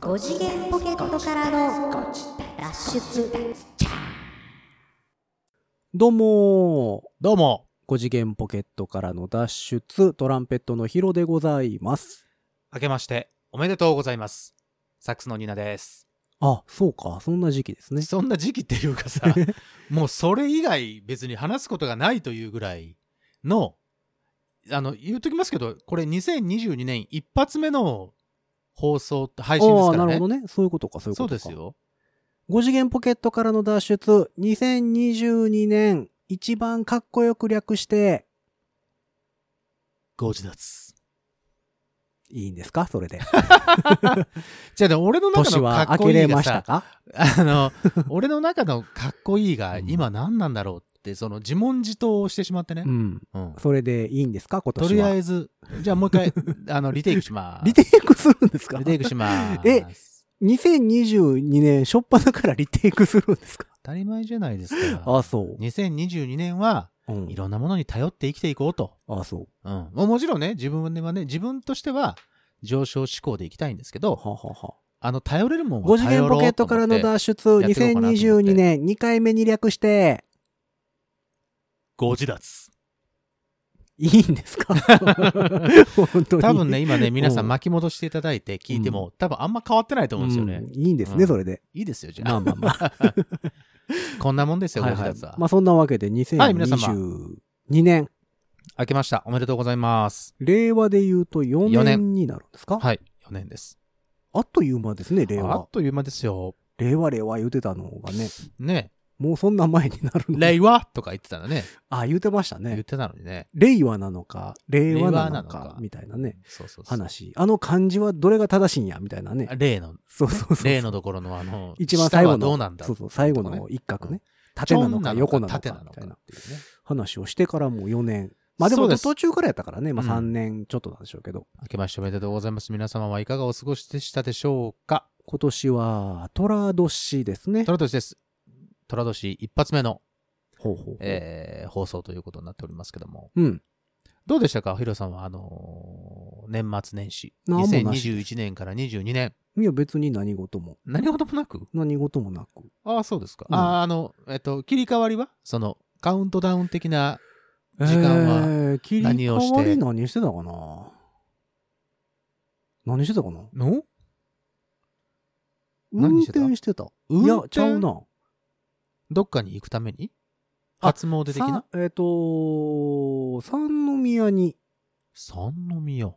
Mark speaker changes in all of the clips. Speaker 1: 5次元ポケットからの脱出
Speaker 2: どうも
Speaker 3: どうも、
Speaker 2: ー、5次元ポケットからの脱出、トランペットのヒロでございます。
Speaker 3: 明けましておめでとうございます。サックスのニナです。
Speaker 2: あ、そうか、そんな時期ですね。
Speaker 3: そんな 時期っていう かさ、もうそれ以外別に話すことがないというぐらいの、あの、言うときますけど、これ2022年一発目の放送、配信で
Speaker 2: あ
Speaker 3: すか
Speaker 2: あ、
Speaker 3: ら
Speaker 2: な
Speaker 3: ね。
Speaker 2: るほどね。そういうことか、そういう
Speaker 3: そ
Speaker 2: こ
Speaker 3: う
Speaker 2: と
Speaker 3: で
Speaker 2: か。
Speaker 3: す。よ。
Speaker 2: 5次元ポケットからの脱出、2022年、一番かっこよく略して、
Speaker 3: ご自立。
Speaker 2: いいんですかそれ で。
Speaker 3: じゃあね、俺の中
Speaker 2: 年
Speaker 3: の
Speaker 2: は
Speaker 3: か
Speaker 2: 明
Speaker 3: っこ
Speaker 2: け
Speaker 3: いい
Speaker 2: れ
Speaker 3: が
Speaker 2: ました
Speaker 3: さ、
Speaker 2: か
Speaker 3: あの、 俺の中のかっこいいが
Speaker 2: うん
Speaker 3: 今何なんだろうって、その自問自答をしてしまってね
Speaker 2: う。ん。
Speaker 3: うん
Speaker 2: それでいいんですか今年
Speaker 3: と
Speaker 2: は。
Speaker 3: りあえず、じゃあもう一 回、あの、リテイクします。
Speaker 2: リテイクするんですか
Speaker 3: リテイクします。
Speaker 2: え2022年、初っ端からリテイクするんです か
Speaker 3: 当たり前じゃないですか。
Speaker 2: あ、そう。
Speaker 3: 2022年は、
Speaker 2: うん
Speaker 3: いろんなものに頼って生きていこうと。
Speaker 2: あ、そう。
Speaker 3: うん。もうもちろんね、自分はね、自分としては、上昇志向でいきたいんですけど、
Speaker 2: ははは。
Speaker 3: あの、頼れるもん
Speaker 2: 5
Speaker 3: は
Speaker 2: 次
Speaker 3: 頼ろ
Speaker 2: 元
Speaker 3: う
Speaker 2: ポケットからの
Speaker 3: だ
Speaker 2: 脱出、
Speaker 3: やっていこうかなと思って
Speaker 2: 2022年2回目に略して、
Speaker 3: ご自立。
Speaker 2: いいんです か本当に。
Speaker 3: 多分ね、今ね、皆さ
Speaker 2: うん
Speaker 3: ん巻き戻していただいて聞いても、多分あんま変わってないと
Speaker 2: うん、
Speaker 3: 思うんですよね。
Speaker 2: いいんですね、
Speaker 3: うん
Speaker 2: それで。
Speaker 3: いいですよ、じゃ
Speaker 2: まあ
Speaker 3: あ。
Speaker 2: まあまあ。
Speaker 3: こんなもんですよ、ご
Speaker 2: はい
Speaker 3: 自
Speaker 2: はい
Speaker 3: 立は。
Speaker 2: まあそんなわけで、
Speaker 3: はい皆様
Speaker 2: 2022年、
Speaker 3: 明けました。おめでとうございます。
Speaker 2: 令和で言うと4年
Speaker 3: 四年
Speaker 2: になるんですか、
Speaker 3: はい、4年です。
Speaker 2: あっという間ですね、令
Speaker 3: あ
Speaker 2: 和
Speaker 3: っ。という間ですよ。
Speaker 2: 令和令和言うてたのがね、
Speaker 3: ね。
Speaker 2: もうそんな前にな るんだ
Speaker 3: 令和とか言ってたらね、
Speaker 2: あ、言うてました
Speaker 3: 言っ
Speaker 2: ね。
Speaker 3: てたのにね。
Speaker 2: 令和なのか、令和な
Speaker 3: 令和な
Speaker 2: の
Speaker 3: の
Speaker 2: か
Speaker 3: か、
Speaker 2: みたいなね、
Speaker 3: そうそうそう。
Speaker 2: 話。あの漢字はどれが正しいんや、みたいなね。
Speaker 3: 例の、
Speaker 2: そうそうそうそう。
Speaker 3: 例のところのあの、
Speaker 2: 一番最後の、
Speaker 3: 下はどうなんだ
Speaker 2: そうそう、最後の一角ね。縦なのか横なのか
Speaker 3: 縦
Speaker 2: み
Speaker 3: なのか
Speaker 2: た
Speaker 3: っ
Speaker 2: いな
Speaker 3: ていうね。
Speaker 2: 話をしてからもう4年。まあで
Speaker 3: そ
Speaker 2: も
Speaker 3: うです
Speaker 2: 途中からやったからね、まあ
Speaker 3: う
Speaker 2: 3
Speaker 3: ん
Speaker 2: 年ちょっとなんでしょうけど、
Speaker 3: 明けましておめでとうございます。皆様はいかがお過ごしでしたでしょうか
Speaker 2: 今年は虎年ですね。
Speaker 3: 虎年です。虎年一発目の、
Speaker 2: ほうほうほう
Speaker 3: えー放送ということになっておりますけども。
Speaker 2: うん。
Speaker 3: どうでしたかヒロさんは、あのー年末年始。
Speaker 2: なんもなし
Speaker 3: 2021年から22年。
Speaker 2: いや別に何事も、
Speaker 3: 何事もなく
Speaker 2: 何事もなく。
Speaker 3: ああ、そうですか。
Speaker 2: うん
Speaker 3: ああ、あの、えっと、切り替わりはその、カウントダウン的な時間は
Speaker 2: えー、切り
Speaker 3: 何を
Speaker 2: 替
Speaker 3: し
Speaker 2: わ
Speaker 3: て
Speaker 2: り何してたかな何してたかな
Speaker 3: の
Speaker 2: 運
Speaker 3: 何してた
Speaker 2: 転してた。い
Speaker 3: 運
Speaker 2: や、
Speaker 3: 転
Speaker 2: ちゃうな。
Speaker 3: どっかに行くために
Speaker 2: あ
Speaker 3: 初詣的な
Speaker 2: さえっ、と三宮に
Speaker 3: 三宮。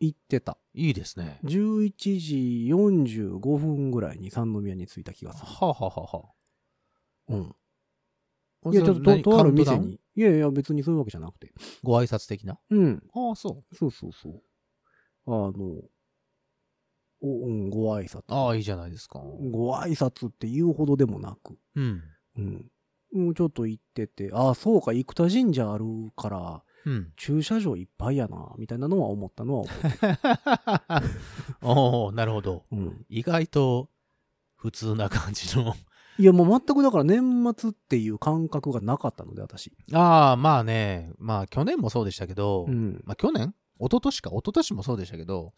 Speaker 2: 行ってた。
Speaker 3: いいですね。
Speaker 2: 11時45分ぐらいに三宮に着いた気がする。
Speaker 3: はあ、はあはあは
Speaker 2: うん。
Speaker 3: あ、
Speaker 2: いや、ちょっとと、とある店
Speaker 3: カウントダウン。
Speaker 2: に。いやいや、別にそういうわけじゃなくて。
Speaker 3: ご挨拶的な。
Speaker 2: うん。
Speaker 3: ああ、そ
Speaker 2: そうそうそう。あの、おうん、ご挨拶。
Speaker 3: う。ああ、いいじゃないですか。
Speaker 2: ご挨拶って言うほどでもなく。
Speaker 3: うん。
Speaker 2: うん。もうちょっと行ってて、ああ、そうか、生田神社あるから、
Speaker 3: うん。
Speaker 2: 駐車場いっぱいやな、みたいなのは思ったのは覚えて
Speaker 3: おおなるほど。
Speaker 2: る、うん。
Speaker 3: 意外と、普通な感 じの。
Speaker 2: いや、もう全くだから年末っていう感覚がなかったので、私。
Speaker 3: ああ、まあね。まあ、去年もそうでしたけど、
Speaker 2: うん。
Speaker 3: まあ、去年一昨年か、一昨年もそうでしたけど、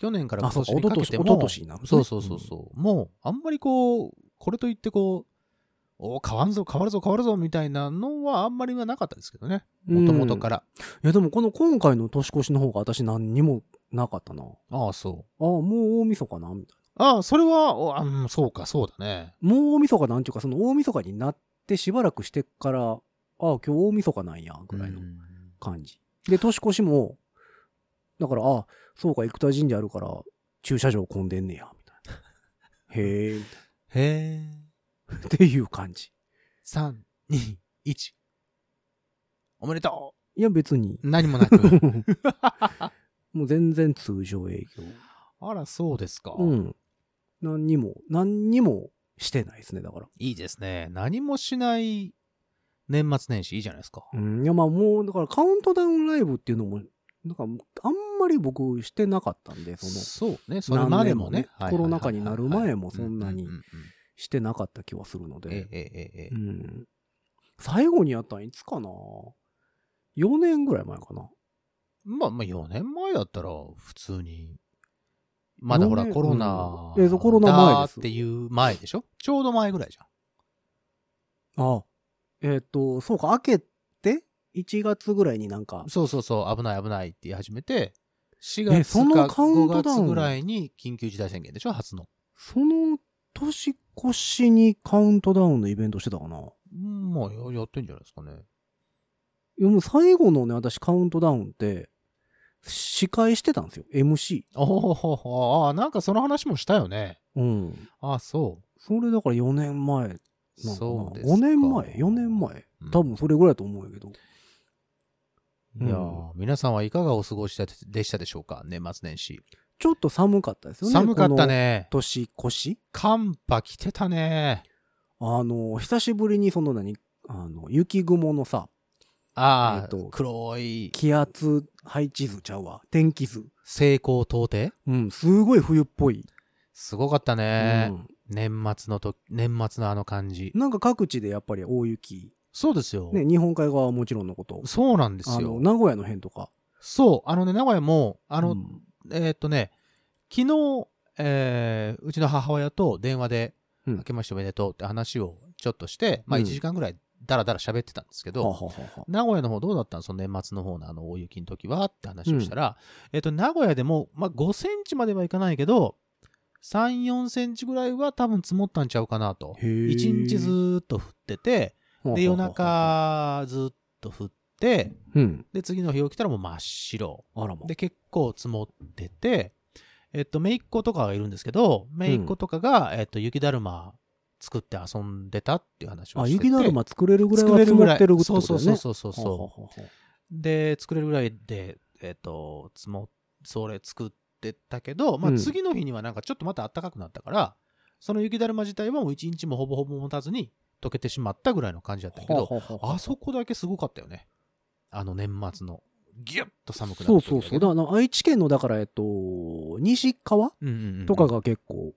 Speaker 3: 去年から
Speaker 2: あ、
Speaker 3: 今
Speaker 2: そうか、
Speaker 3: 年
Speaker 2: お
Speaker 3: に
Speaker 2: と
Speaker 3: か
Speaker 2: と
Speaker 3: け
Speaker 2: し、
Speaker 3: て
Speaker 2: お
Speaker 3: も、
Speaker 2: ととしになるんです
Speaker 3: そ
Speaker 2: ね、
Speaker 3: うそうそうそう、もう、あんまりこう、これといってこう、お変わんぞ、変わるぞ、変わるぞ、みたいなのはあんまりはなかったですけどね。
Speaker 2: うん
Speaker 3: もともとから。
Speaker 2: いや、でもこの今回の年越しの方が私何にもなかったな。あ
Speaker 3: ああ、そ。
Speaker 2: あ、もう大晦日な、みたいう
Speaker 3: ああ、それは、おあうんそうか、そうだね。
Speaker 2: な。もう大晦日なんていうか、その大晦日になってしばらくしてから、ああ、今日大晦日なんや、ぐらいの
Speaker 3: うん
Speaker 2: 感じ。で、年越しも、だから、ああ、そうか、生田神社あるから、駐車場混んでんねや、みたいな。へえ、みた
Speaker 3: へえ、
Speaker 2: いなっていう感じ。
Speaker 3: 3、2、1。おめでと
Speaker 2: いや、別に。
Speaker 3: う何もなく。
Speaker 2: もう全然通常営業。
Speaker 3: あら、そうですか。
Speaker 2: うん。何にも、何にもしてないですね、だから。
Speaker 3: いいですね。何もしない年末年始、いいじゃないですか。
Speaker 2: うん、いやまあもう、だからカウントダウンライブっていうのも、なんか、あんまり僕してなかったんで、その、
Speaker 3: そうね、それまでもね。
Speaker 2: 何年もねコロナ禍になる前もそんなに
Speaker 3: ううう
Speaker 2: してなかった気はするの
Speaker 3: うんえ
Speaker 2: で、
Speaker 3: えええええ
Speaker 2: うん。最後にやったんいつかな ?4 年ぐらい前かな
Speaker 3: まあまあ4年前だったら普通にまだほら、
Speaker 2: ね
Speaker 3: コロナ、
Speaker 2: うんえーとコロナ前です
Speaker 3: だっていう前でしょちょうど前ぐらいじゃん。
Speaker 2: ああえっ、と、そうか、明けて、1月ぐらいになんか、
Speaker 3: そうそうそう、危ない危ないって言い始めて、4
Speaker 2: え
Speaker 3: 月
Speaker 2: その
Speaker 3: か
Speaker 2: カウント
Speaker 3: 5
Speaker 2: ダウン
Speaker 3: 月ぐらいに緊急事態宣言でしょ初の。
Speaker 2: その年越しにカウントダウンのイベントしてたかな。
Speaker 3: うんまあ、ややってんじゃないですかね。
Speaker 2: いやもう最後のね、私カウントダウンって、司会してたんですよ。MC。
Speaker 3: おおああ、なんかその話もしたよね。
Speaker 2: うん。
Speaker 3: ああ、そ
Speaker 2: それだから4年前
Speaker 3: う。
Speaker 2: なんかな
Speaker 3: そうですか。
Speaker 2: 5年前 ?4 年前
Speaker 3: うん
Speaker 2: 多分それぐらいだと思うんやけど。
Speaker 3: いやー、皆さんはいかがお過ごしでしたでしょうか年末年始。
Speaker 2: ちょっと寒かったですよね。
Speaker 3: 寒かった
Speaker 2: この
Speaker 3: ね。
Speaker 2: 年越し
Speaker 3: 寒波来てたね。
Speaker 2: あの、久しぶりにその何あの、雪雲のさ、え
Speaker 3: あ
Speaker 2: ー
Speaker 3: あ、
Speaker 2: と
Speaker 3: 黒い
Speaker 2: 気圧配置図ちゃうわ。天気図。
Speaker 3: 成功到底
Speaker 2: うん、すごい冬っぽい。
Speaker 3: すごかったね
Speaker 2: う。ん
Speaker 3: 年末のと、年末のあの感じ。
Speaker 2: なんか各地でやっぱり大雪。
Speaker 3: そうですよ。
Speaker 2: ね、日本海側はもちろんのこと。
Speaker 3: そうなんです
Speaker 2: あの、
Speaker 3: よ。
Speaker 2: 名古屋の辺とか。
Speaker 3: そう。あのね、名古屋も、あ
Speaker 2: あ
Speaker 3: の、えーっとね、昨日、えーうちの母親と電話で、
Speaker 2: うん
Speaker 3: 明けましておめでとうって話をちょっとして、まあ
Speaker 2: うん
Speaker 3: 1時間ぐらいダラダラ喋ってたんですけど、
Speaker 2: はははは
Speaker 3: 名古屋の方どうだったのその年末の方のあの大雪の時はって話をしたら、えっと、名古屋でも、まあ、5センチまではいかないけど、3、4センチぐらいは多分積もったんちゃうかなと。
Speaker 2: へー
Speaker 3: 1日ずーっと降ってて、で、夜。中ずっと降って、
Speaker 2: うん。
Speaker 3: で、次の日起きたらもう真っ白。
Speaker 2: あらま。
Speaker 3: で、結構積もってて、えっと、姪っ子とかがいるんですけど、姪っ子とかが、えっと、雪だるま作って遊んでたっていう話を
Speaker 2: あ、
Speaker 3: してて。
Speaker 2: 雪だるま作れるぐらい
Speaker 3: 作
Speaker 2: は
Speaker 3: れ
Speaker 2: 積
Speaker 3: るぐ
Speaker 2: も
Speaker 3: ら
Speaker 2: っ
Speaker 3: い
Speaker 2: てるってこと
Speaker 3: そう
Speaker 2: だよ
Speaker 3: そう
Speaker 2: ね。
Speaker 3: そうそうそうそう。
Speaker 2: う。
Speaker 3: で作れるぐらいでえっ、とつもそれ作ってたけど、ま
Speaker 2: う
Speaker 3: あ、
Speaker 2: ん
Speaker 3: 次の日にはなんかちょっとまた暖かくなったから、その雪だるま自体はもう一日もほぼほぼ持たずに溶けてしまったぐらいの感じだったけど、
Speaker 2: あ
Speaker 3: あそこだけすごかったよねあの年末のギュッと寒くなった
Speaker 2: そう
Speaker 3: 時
Speaker 2: そうそう。
Speaker 3: だけ
Speaker 2: だ
Speaker 3: ね
Speaker 2: からな愛知県の、だから、えっと、西側
Speaker 3: うんうんうん
Speaker 2: とかが結構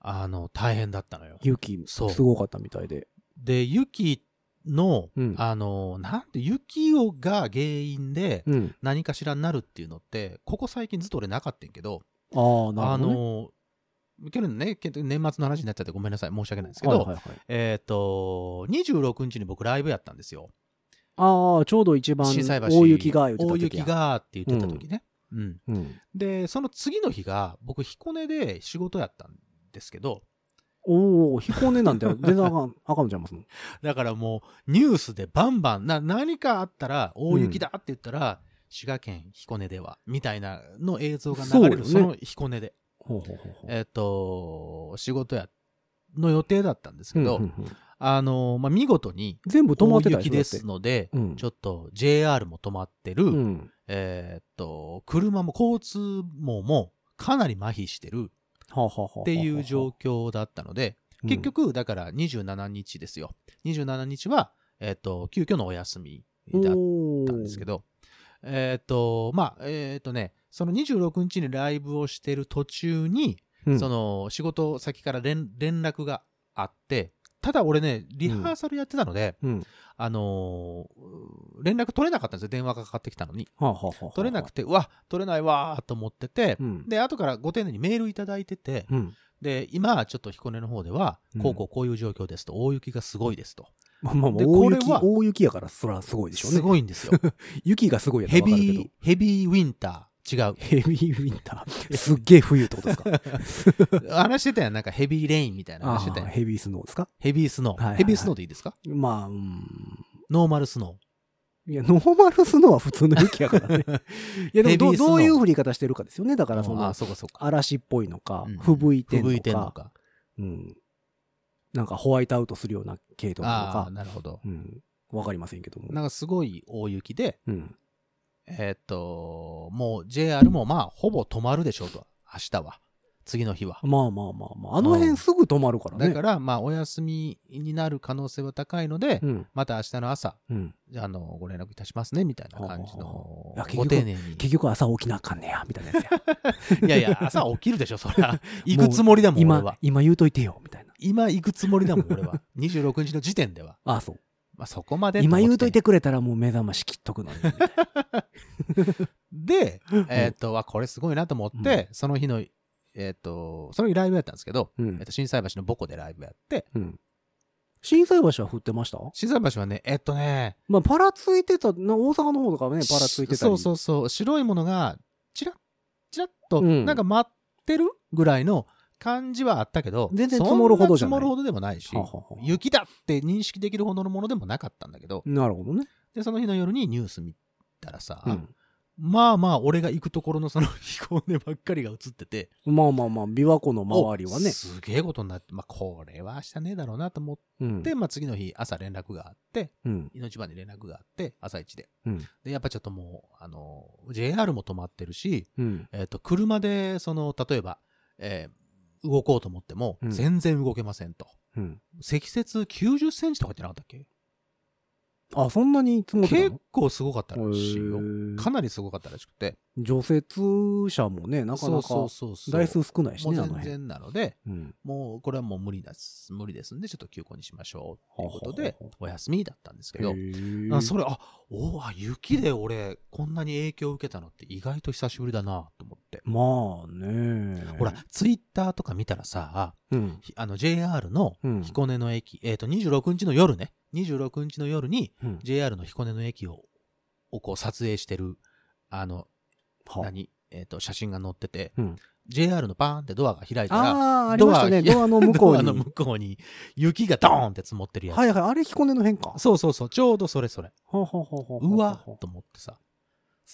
Speaker 3: あの大変だったのよ
Speaker 2: 雪、す
Speaker 3: そう
Speaker 2: ごかったみたいで。
Speaker 3: で雪の、
Speaker 2: うん
Speaker 3: あのなんて雪をが原因で
Speaker 2: うん。
Speaker 3: 何かしらになるっていうのってここ最近ずっと俺なかったんやけど
Speaker 2: ああ、な
Speaker 3: あ
Speaker 2: るほどね。
Speaker 3: の去年のねけ年末の話になっちゃってごめんなさい申し訳ないんですけど、
Speaker 2: はいはいはい。
Speaker 3: えっ、と26日に僕ライブやったんですよ
Speaker 2: ああ、ちょうど一番
Speaker 3: 震災橋
Speaker 2: 大雪が言ってた
Speaker 3: 大
Speaker 2: 時
Speaker 3: 雪
Speaker 2: や。
Speaker 3: がって言ってた時ね、うん
Speaker 2: うん。
Speaker 3: でその次の日が僕彦根で仕事やったんですけど
Speaker 2: おお、彦根なんて全然あかん、あかんじゃいますの。
Speaker 3: だからもうニュースでバンバンな何かあったら大雪だって言ったら、滋賀県彦根ではみたいなの映像が流れる
Speaker 2: そう
Speaker 3: そ,、
Speaker 2: よね
Speaker 3: の彦根で
Speaker 2: ほうほうほうほう。
Speaker 3: えっ、と仕事やの予定だったんですけど、
Speaker 2: うんうんうん
Speaker 3: あのまあ、見事に
Speaker 2: 全部止まってた
Speaker 3: 大雪ですので、
Speaker 2: うん
Speaker 3: ちょっと JR も止まってる、
Speaker 2: うん。
Speaker 3: えーっと、車も交通網もかなり麻痺してる
Speaker 2: はあはあはあはあ
Speaker 3: っていう状況だったので、
Speaker 2: うん
Speaker 3: 結局、だから27日ですよ。27日は、えーっと、急遽のお休みだったんですけ
Speaker 2: ど。
Speaker 3: ど、えーっと、まあ、えーっとね、その26日にライブをしてる途中に、
Speaker 2: うん
Speaker 3: その仕事先から連連絡があって、ただ俺ね、リハーサルやってたので、
Speaker 2: うん
Speaker 3: あのー連絡取れなかったんですよ。電話がかかってきたのに。
Speaker 2: はあはあはあはあ
Speaker 3: 取れなくて、うわ、取れないわーと思ってて、
Speaker 2: うん
Speaker 3: で、後からご丁寧にメールいただいてて、
Speaker 2: うん。
Speaker 3: で、今、ちょっと彦根の方では
Speaker 2: う、ん
Speaker 3: こうこうこういう状況ですと、大雪がすごいですと。
Speaker 2: まあまあまあ
Speaker 3: で
Speaker 2: 大
Speaker 3: こ
Speaker 2: 雪、
Speaker 3: れは
Speaker 2: 大雪やから、そらすごいでしょう
Speaker 3: す
Speaker 2: ね。
Speaker 3: ごいんです よ。
Speaker 2: 雪がすごいやった
Speaker 3: ヘ
Speaker 2: らわかるけ
Speaker 3: ビ
Speaker 2: ど
Speaker 3: ー、。ヘビーウィンタ ー、違う。
Speaker 2: ヘビーウィンター。 すっげえ冬ってこと ですか
Speaker 3: 話してたやん、なんかヘビーレインみたいな
Speaker 2: あ
Speaker 3: 話して
Speaker 2: ー
Speaker 3: たやん。
Speaker 2: ヘビースノーですか
Speaker 3: ヘビースノ
Speaker 2: はいはいは
Speaker 3: ー。
Speaker 2: い
Speaker 3: ヘビースノーでいいですか
Speaker 2: まあ、うん。
Speaker 3: ノーマルスノ
Speaker 2: いや、ノーマルスノーは普通の雪や から ね。いや、でも
Speaker 3: ヘビ
Speaker 2: ど
Speaker 3: ースノー
Speaker 2: どういう降り方してるかですよね。だ
Speaker 3: ー。
Speaker 2: から、そ
Speaker 3: あー、
Speaker 2: の、
Speaker 3: そうかそうか。
Speaker 2: 嵐っぽいのか
Speaker 3: うん、
Speaker 2: 吹雪いて
Speaker 3: 吹
Speaker 2: ん
Speaker 3: 雪いてん
Speaker 2: のか、
Speaker 3: のか。
Speaker 2: うん。なんかホワイトアウトするような系統なの
Speaker 3: ああ
Speaker 2: か
Speaker 3: ー、、なるほど。
Speaker 2: うん。わかりませんけども。
Speaker 3: なんかすごい大雪で、
Speaker 2: うん。
Speaker 3: えーっと、もう JR もまあ、ほぼ止まるでしょうと、明日は。次の日は。
Speaker 2: まあまあまあまあ。あの辺すぐ止まるからね。
Speaker 3: だから、まあ、お休みになる可能性は高いので、
Speaker 2: うん。
Speaker 3: また明日の朝、
Speaker 2: うん。
Speaker 3: あの、ご連絡いたしますね、みたいな感じ
Speaker 2: ほ
Speaker 3: の
Speaker 2: うほうほういや、結
Speaker 3: ご
Speaker 2: 局
Speaker 3: 丁寧に。
Speaker 2: 結局朝起きなあかんねや、みたいなやつや。
Speaker 3: いや いや、朝起きるでしょ、そりゃ。行くつもりだもん、俺
Speaker 2: 今
Speaker 3: は、。
Speaker 2: 今言うといてよ、みたいな。
Speaker 3: 今行くつもりだもん、俺は。26日の時点では。
Speaker 2: ああ、そう。
Speaker 3: まあ、そこまで。
Speaker 2: 今言うとい。てくれたらもう目覚まし切っとく のに。
Speaker 3: で、えーっと、わ、これすごいなと思って、その日のえっ、と、それライブやったんですけど、
Speaker 2: う
Speaker 3: え
Speaker 2: ん
Speaker 3: っ。と、震災橋の母校でライブやって、
Speaker 2: うん。震災橋は降ってました
Speaker 3: 震災橋はね、えっ、とね、
Speaker 2: まあ、パラついてた、な大阪の方とかはね、パラついてたり。
Speaker 3: そうそうそう、白いものが、ちらっ、ちらっと、
Speaker 2: うん
Speaker 3: なんか舞ってるぐらいの感じはあったけど、
Speaker 2: 全然積もるほどじゃない
Speaker 3: そん積もるほどでもないし
Speaker 2: はあ、はあはあ
Speaker 3: 雪だって認識できるほどのものでもなかったんだけど、
Speaker 2: なるほどね。
Speaker 3: で、その日の夜にニュース見たらさ、
Speaker 2: うん。
Speaker 3: まあまあ、俺が行くところのその彦根ばっかりが映ってて、
Speaker 2: まあまあまあ、琵琶湖の周りは
Speaker 3: お
Speaker 2: ね。
Speaker 3: すげえことになって、まあ、これは明日ねえだろうなと思っ
Speaker 2: うん
Speaker 3: て、まあ、次の日、朝連絡があって、
Speaker 2: うん。
Speaker 3: 命場に連絡があって、朝一で。
Speaker 2: うん。
Speaker 3: で、やっぱちょっともう、あの、JR も止まってるし、
Speaker 2: うん。
Speaker 3: えっ、と、車で、その、例えば、えー動こうと思っても、
Speaker 2: うん
Speaker 3: 全然動けませんと。
Speaker 2: うん。
Speaker 3: 積雪90センチとかってなかったっけ
Speaker 2: あ、そんなにいつも
Speaker 3: 結構すごかったらしいよ。か
Speaker 2: 除
Speaker 3: なりすごかったらしくて。
Speaker 2: 雪車もね、なかな
Speaker 3: そう
Speaker 2: か
Speaker 3: そうそうそう
Speaker 2: 台数少ないしね、
Speaker 3: も
Speaker 2: あ
Speaker 3: う
Speaker 2: の
Speaker 3: 全
Speaker 2: 辺。
Speaker 3: 然なので、
Speaker 2: うん。
Speaker 3: もうこれはもう無理です。無理ですんで、ちょっと休校にしましょう。ということ
Speaker 2: は
Speaker 3: で
Speaker 2: はは、
Speaker 3: お休みだったんですけど、
Speaker 2: へ
Speaker 3: あ
Speaker 2: え。
Speaker 3: それ、あ、おあ、雪で俺、こんなに影響を受けたのって意外と久しぶりだなと思って。
Speaker 2: まあね。
Speaker 3: ほら、、ツイッターとか見たらさ、
Speaker 2: うん。
Speaker 3: ひあの JR の
Speaker 2: うん
Speaker 3: 彦根の駅、えっ、と、26日の夜ね、26日の夜に
Speaker 2: うん
Speaker 3: JR の彦根の駅を、をこう撮影してる、あの、
Speaker 2: は
Speaker 3: 何、えっ、と、写真が載ってて、
Speaker 2: うん
Speaker 3: JR のパーンってドアが開いたら、
Speaker 2: ああ、ありましたね。
Speaker 3: ド
Speaker 2: ドアの向こう
Speaker 3: ドアの
Speaker 2: に。
Speaker 3: 向こうに雪がドーンって積もってるや つ。
Speaker 2: はいはい、あれ彦根の変か。
Speaker 3: そうそうそう、ちょうどそれそれ。
Speaker 2: はははは
Speaker 3: うわと思ってさ。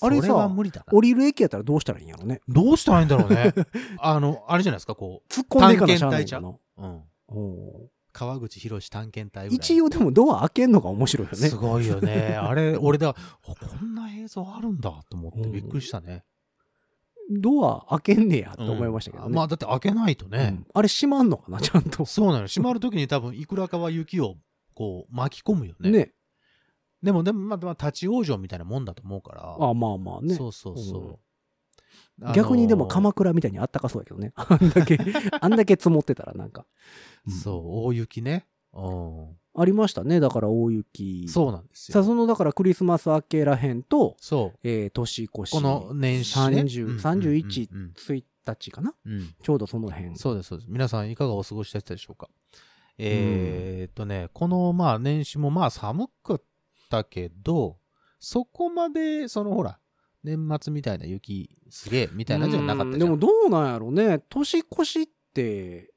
Speaker 2: あれさ
Speaker 3: それは無理だな。
Speaker 2: 降りる駅やったらどうしたらいいんやろね。
Speaker 3: どうしたらいいんだろう ね。あの、あれじゃないですか、こ
Speaker 2: 突っ込んでいかなしゃあないん
Speaker 3: 探検隊ちゃ
Speaker 2: か
Speaker 3: う
Speaker 2: な。
Speaker 3: う。うん。
Speaker 2: おう
Speaker 3: 川口博士探検隊ぐらい。
Speaker 2: 一応でもドア開けんのが面白いよ ね
Speaker 3: す。ごいよね。あ れ、俺だ、おこんな映像あるんだと思って
Speaker 2: うん
Speaker 3: びっくりしたね。
Speaker 2: ドア開けんねやと思いましたけど
Speaker 3: うんまあ、
Speaker 2: ね。
Speaker 3: だって開けないと
Speaker 2: う
Speaker 3: ね。
Speaker 2: んあれ閉まんのかな、ちゃんと。
Speaker 3: そうなの。閉まるときに多分、いくらかは雪を、こう、巻き込むよね。
Speaker 2: ね。
Speaker 3: でも、でも、まあまあ、立ち往生みたいなもんだと思うから。
Speaker 2: あまあまあね
Speaker 3: そ。うそうそう。あのー
Speaker 2: 逆にでも鎌倉みたいにあったかそうやけどね。 あんだ け、あんだけ積もってたらなんか。うん
Speaker 3: そう、大雪ね。うん。
Speaker 2: ありましたね。だから大雪。
Speaker 3: そうなんです
Speaker 2: さあ、
Speaker 3: よ。
Speaker 2: そのだからクリスマス明けらへんと、
Speaker 3: そう。
Speaker 2: えー年越し。
Speaker 3: この年始ねうんうんうんうん
Speaker 2: 30、31、1日かな
Speaker 3: うん
Speaker 2: ちょうどその辺。
Speaker 3: そうです、そうです。皆さんいかがお過ごしでしたでしょうか。えーっとね、このまあ年始もまあ寒かったけど、そこまで、そのほら、年末みたいな雪すげえみたいなのじゃなかったじゃん
Speaker 2: うんでもどうなんやろね年越しって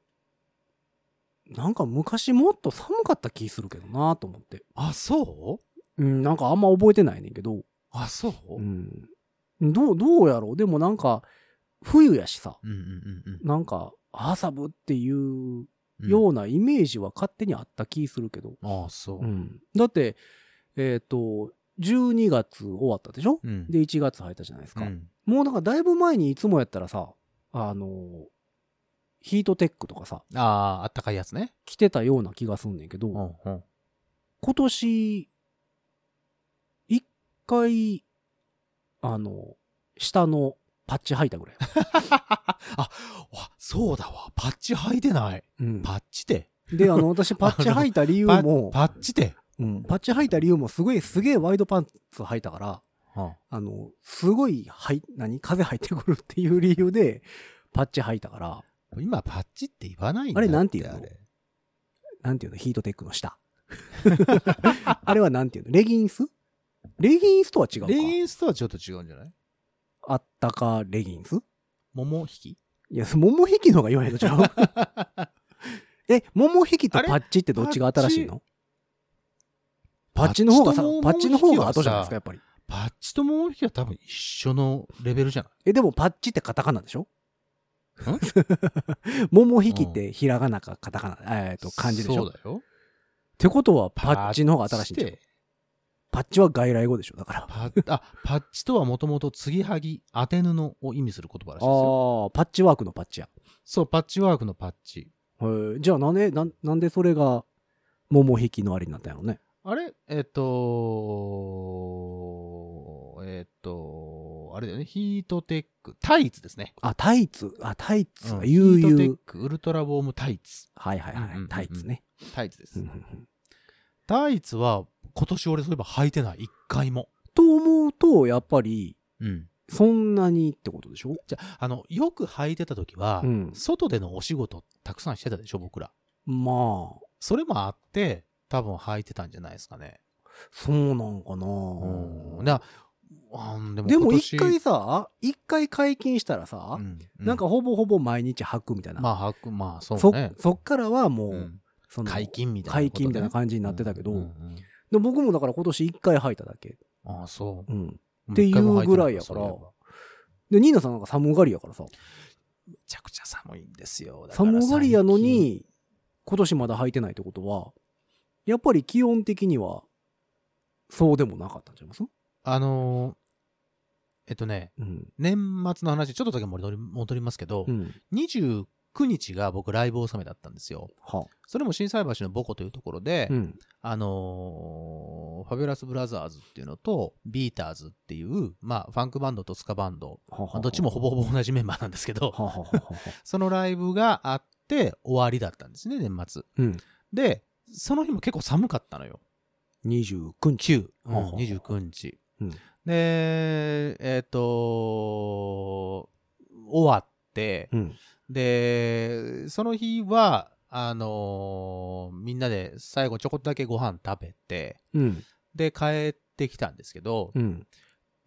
Speaker 2: なんか昔もっと寒かった気するけどなと思って、
Speaker 3: あ、そう
Speaker 2: うん、なんかあんま覚えてないねんけど、
Speaker 3: あ、そう、
Speaker 2: う
Speaker 3: うん、
Speaker 2: ん、どうどうやろうでもなんか冬やしさ
Speaker 3: うんうんうん
Speaker 2: なんかあ寒っていう
Speaker 3: うん。
Speaker 2: ようなイメージは勝手にあった気するけど、
Speaker 3: あ、そうう。
Speaker 2: ん、だってえっ、と12月終わったでしょ
Speaker 3: うん。
Speaker 2: で1月入ったじゃないです
Speaker 3: う
Speaker 2: か、
Speaker 3: ん
Speaker 2: もうなんかだいぶ前にいつもやったらさ、あのーヒートテックとかさ、
Speaker 3: ああ、あったかいやつね。
Speaker 2: 着てたような気がすんねんけど、
Speaker 3: うんうん。
Speaker 2: 今年、一回、あの、下のパッチ履いたぐらい。
Speaker 3: あ、わそうだわ。パッチ履いてない。
Speaker 2: うん
Speaker 3: パッチで。
Speaker 2: で、あの、 私パッチ履いた理由
Speaker 3: パ
Speaker 2: も、
Speaker 3: パッチで。
Speaker 2: うんパッチ履いた理由もすごい、すげえワイドパンツ履いたから、
Speaker 3: うん
Speaker 2: あの、すごい、はい、何風入ってくるっていう理由で、パッチ履いたから、
Speaker 3: 今、パッチって言わないんだ
Speaker 2: あれ
Speaker 3: って
Speaker 2: なんて言うの
Speaker 3: あれ
Speaker 2: なんていうの、ヒートテックの下。 あれはなんていうの、レギンスレギンスとは違うか。
Speaker 3: レインスとはちょっと違うんじゃない
Speaker 2: あったかレギンス
Speaker 3: 桃引 き
Speaker 2: いや、桃引きの方が言わへんのちゃう え、桃引きと
Speaker 3: あれ
Speaker 2: パッチってどっちが新しいの
Speaker 3: パッ
Speaker 2: パ
Speaker 3: チ
Speaker 2: ッチの方がさ
Speaker 3: パッチと、
Speaker 2: パッチの方が後
Speaker 3: 桃引きはさ
Speaker 2: じゃないですか、やっぱり。
Speaker 3: パッチと桃引きは多分一緒のレベルじゃない
Speaker 2: え、でもパッチってカタカナでしょ 桃引きってひらがなかカタカナ、えーっと、漢字でし
Speaker 3: そ
Speaker 2: ょっ
Speaker 3: うだよ。
Speaker 2: てことは、パッチの方が新しいんじゃ
Speaker 3: パ
Speaker 2: う
Speaker 3: ッチって
Speaker 2: パッチは外来語でしょだから。ああ
Speaker 3: パッ あ、パッチとはもともと継ぎはぎ、当て布を意味する言葉らしいですよ。
Speaker 2: ー、パッチワークのパッチや。
Speaker 3: そう、パッチワークのパッチ。
Speaker 2: へーじゃあなんで、なんなんでそれが桃引きのあれになったんやろね。
Speaker 3: あれえっ、とえっ、とあれだよね。ヒートテック。タイツですね。
Speaker 2: あ、タイツ、あ、タイツ、
Speaker 3: うんヒ
Speaker 2: 悠
Speaker 3: ートテッ
Speaker 2: 々。
Speaker 3: ク、ウルトラウォームタイツ。
Speaker 2: はいはい
Speaker 3: うんうん
Speaker 2: は
Speaker 3: うんうん
Speaker 2: い、タイツね。
Speaker 3: タイツです。
Speaker 2: うんうんうん
Speaker 3: タイツは今年俺そういえば履いてない。一回も。
Speaker 2: と思うと、やっぱり、
Speaker 3: うん。
Speaker 2: そんなにってことでしょ
Speaker 3: じゃあ、あの、よく履いてた時は、
Speaker 2: うん
Speaker 3: 外でのお仕事たくさんしてたでしょ、僕ら。
Speaker 2: まあ、
Speaker 3: それもあって、多分履いてたんじゃないですかね。
Speaker 2: そうなんかな、
Speaker 3: うん。だあんでも
Speaker 2: で
Speaker 3: 今
Speaker 2: も
Speaker 3: 年
Speaker 2: 一回、さ、一回解禁したらさ、
Speaker 3: うん
Speaker 2: なん、かほぼほぼ毎日履くみたいな。
Speaker 3: まあ、履く、まあ、そう
Speaker 2: そ
Speaker 3: ね。
Speaker 2: そっからはもう、
Speaker 3: うん
Speaker 2: その
Speaker 3: 解禁みたいなことね、
Speaker 2: 解禁みたいな感じになってたけど、
Speaker 3: うんうん
Speaker 2: で僕もだから今年一回履いただけ。
Speaker 3: うんああ、そ
Speaker 2: うん。
Speaker 3: う。
Speaker 2: っていう
Speaker 3: 一回も履て
Speaker 2: ぐ
Speaker 3: なった
Speaker 2: らいやから
Speaker 3: そうえば
Speaker 2: で、ニーナさんなんか寒がりやからさ、
Speaker 3: めちゃくちゃ寒いんですよ。だから
Speaker 2: 寒がりやの
Speaker 3: 最近、
Speaker 2: に、今年まだ履いてないってことは、やっぱり気温的には、そうでもなかったんちゃいます
Speaker 3: あのーえっとね、
Speaker 2: うん。
Speaker 3: 年末の話、ちょっとだけ戻り戻りますけど、
Speaker 2: うん。
Speaker 3: 29日が僕、ライブ納めだったんですよ。
Speaker 2: は
Speaker 3: それも心斎橋の母校というところで、
Speaker 2: うん。
Speaker 3: あのーファビュラスブラザーズっていうのと、ビーターズっていう、まあ、ファンクバンドとスカバンド、
Speaker 2: はは
Speaker 3: まあどっちもほぼほぼ同じメンバーなんです けど、
Speaker 2: ははははは。
Speaker 3: そのライブがあって、終わりだったんですね、年末。
Speaker 2: うん。
Speaker 3: で、その日も結構寒かったのよ。
Speaker 2: 29日。
Speaker 3: 9、うん
Speaker 2: ほうほう
Speaker 3: 29日。
Speaker 2: うん
Speaker 3: で、えっ、と終わって、
Speaker 2: うん。
Speaker 3: で、その日は、あのーみんなで最後ちょこっとだけご飯食べて、
Speaker 2: うん。
Speaker 3: で、帰ってきたんですけど、
Speaker 2: うん。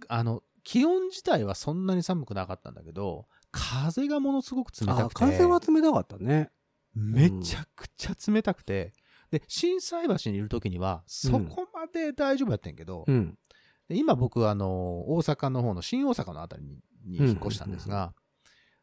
Speaker 3: あの、気温自体はそんなに寒くなかったんだけど、風がものすごく冷た
Speaker 2: あ、
Speaker 3: くて、
Speaker 2: 風は冷たかったね。
Speaker 3: めちゃくちゃ冷たくて、で、震災橋にいる時には、そこまで大丈夫やってんけど、
Speaker 2: うん。
Speaker 3: で今僕、あのー大阪の方の新大阪のあたりにに
Speaker 2: うん
Speaker 3: 引っ越したんですが、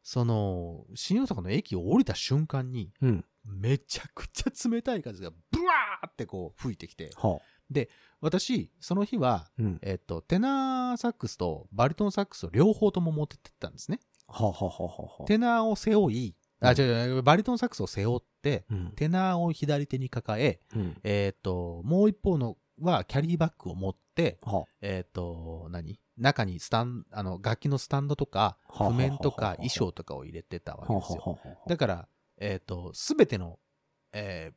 Speaker 3: その、新大阪の駅を降りた瞬間に、
Speaker 2: うん。
Speaker 3: めちゃくちゃ冷たい風がブワーってこう吹いてきて、
Speaker 2: はあ。
Speaker 3: 私、その日は、
Speaker 2: うん。
Speaker 3: えっと、テナーサックスとバリトンサックスを両方とも持ってってたんですね。
Speaker 2: はあはあはあはあ。
Speaker 3: テナーを背負い、あ、
Speaker 2: うん
Speaker 3: 違う違う、バリトンサックスを背負って、
Speaker 2: うん。
Speaker 3: テナーを左手に抱え、
Speaker 2: うん。
Speaker 3: えっと、もう一方のはキャリーバッグを持って、
Speaker 2: は
Speaker 3: えっ、と、何中にスタン、あの、楽器のスタンドとか、
Speaker 2: はあはあはあはあ
Speaker 3: 譜面とか衣装とかを入れてた
Speaker 2: あ。
Speaker 3: わ
Speaker 2: はあ
Speaker 3: け
Speaker 2: は
Speaker 3: ですよ。
Speaker 2: あはあはあ。
Speaker 3: だから、えっ、と、すべての、えー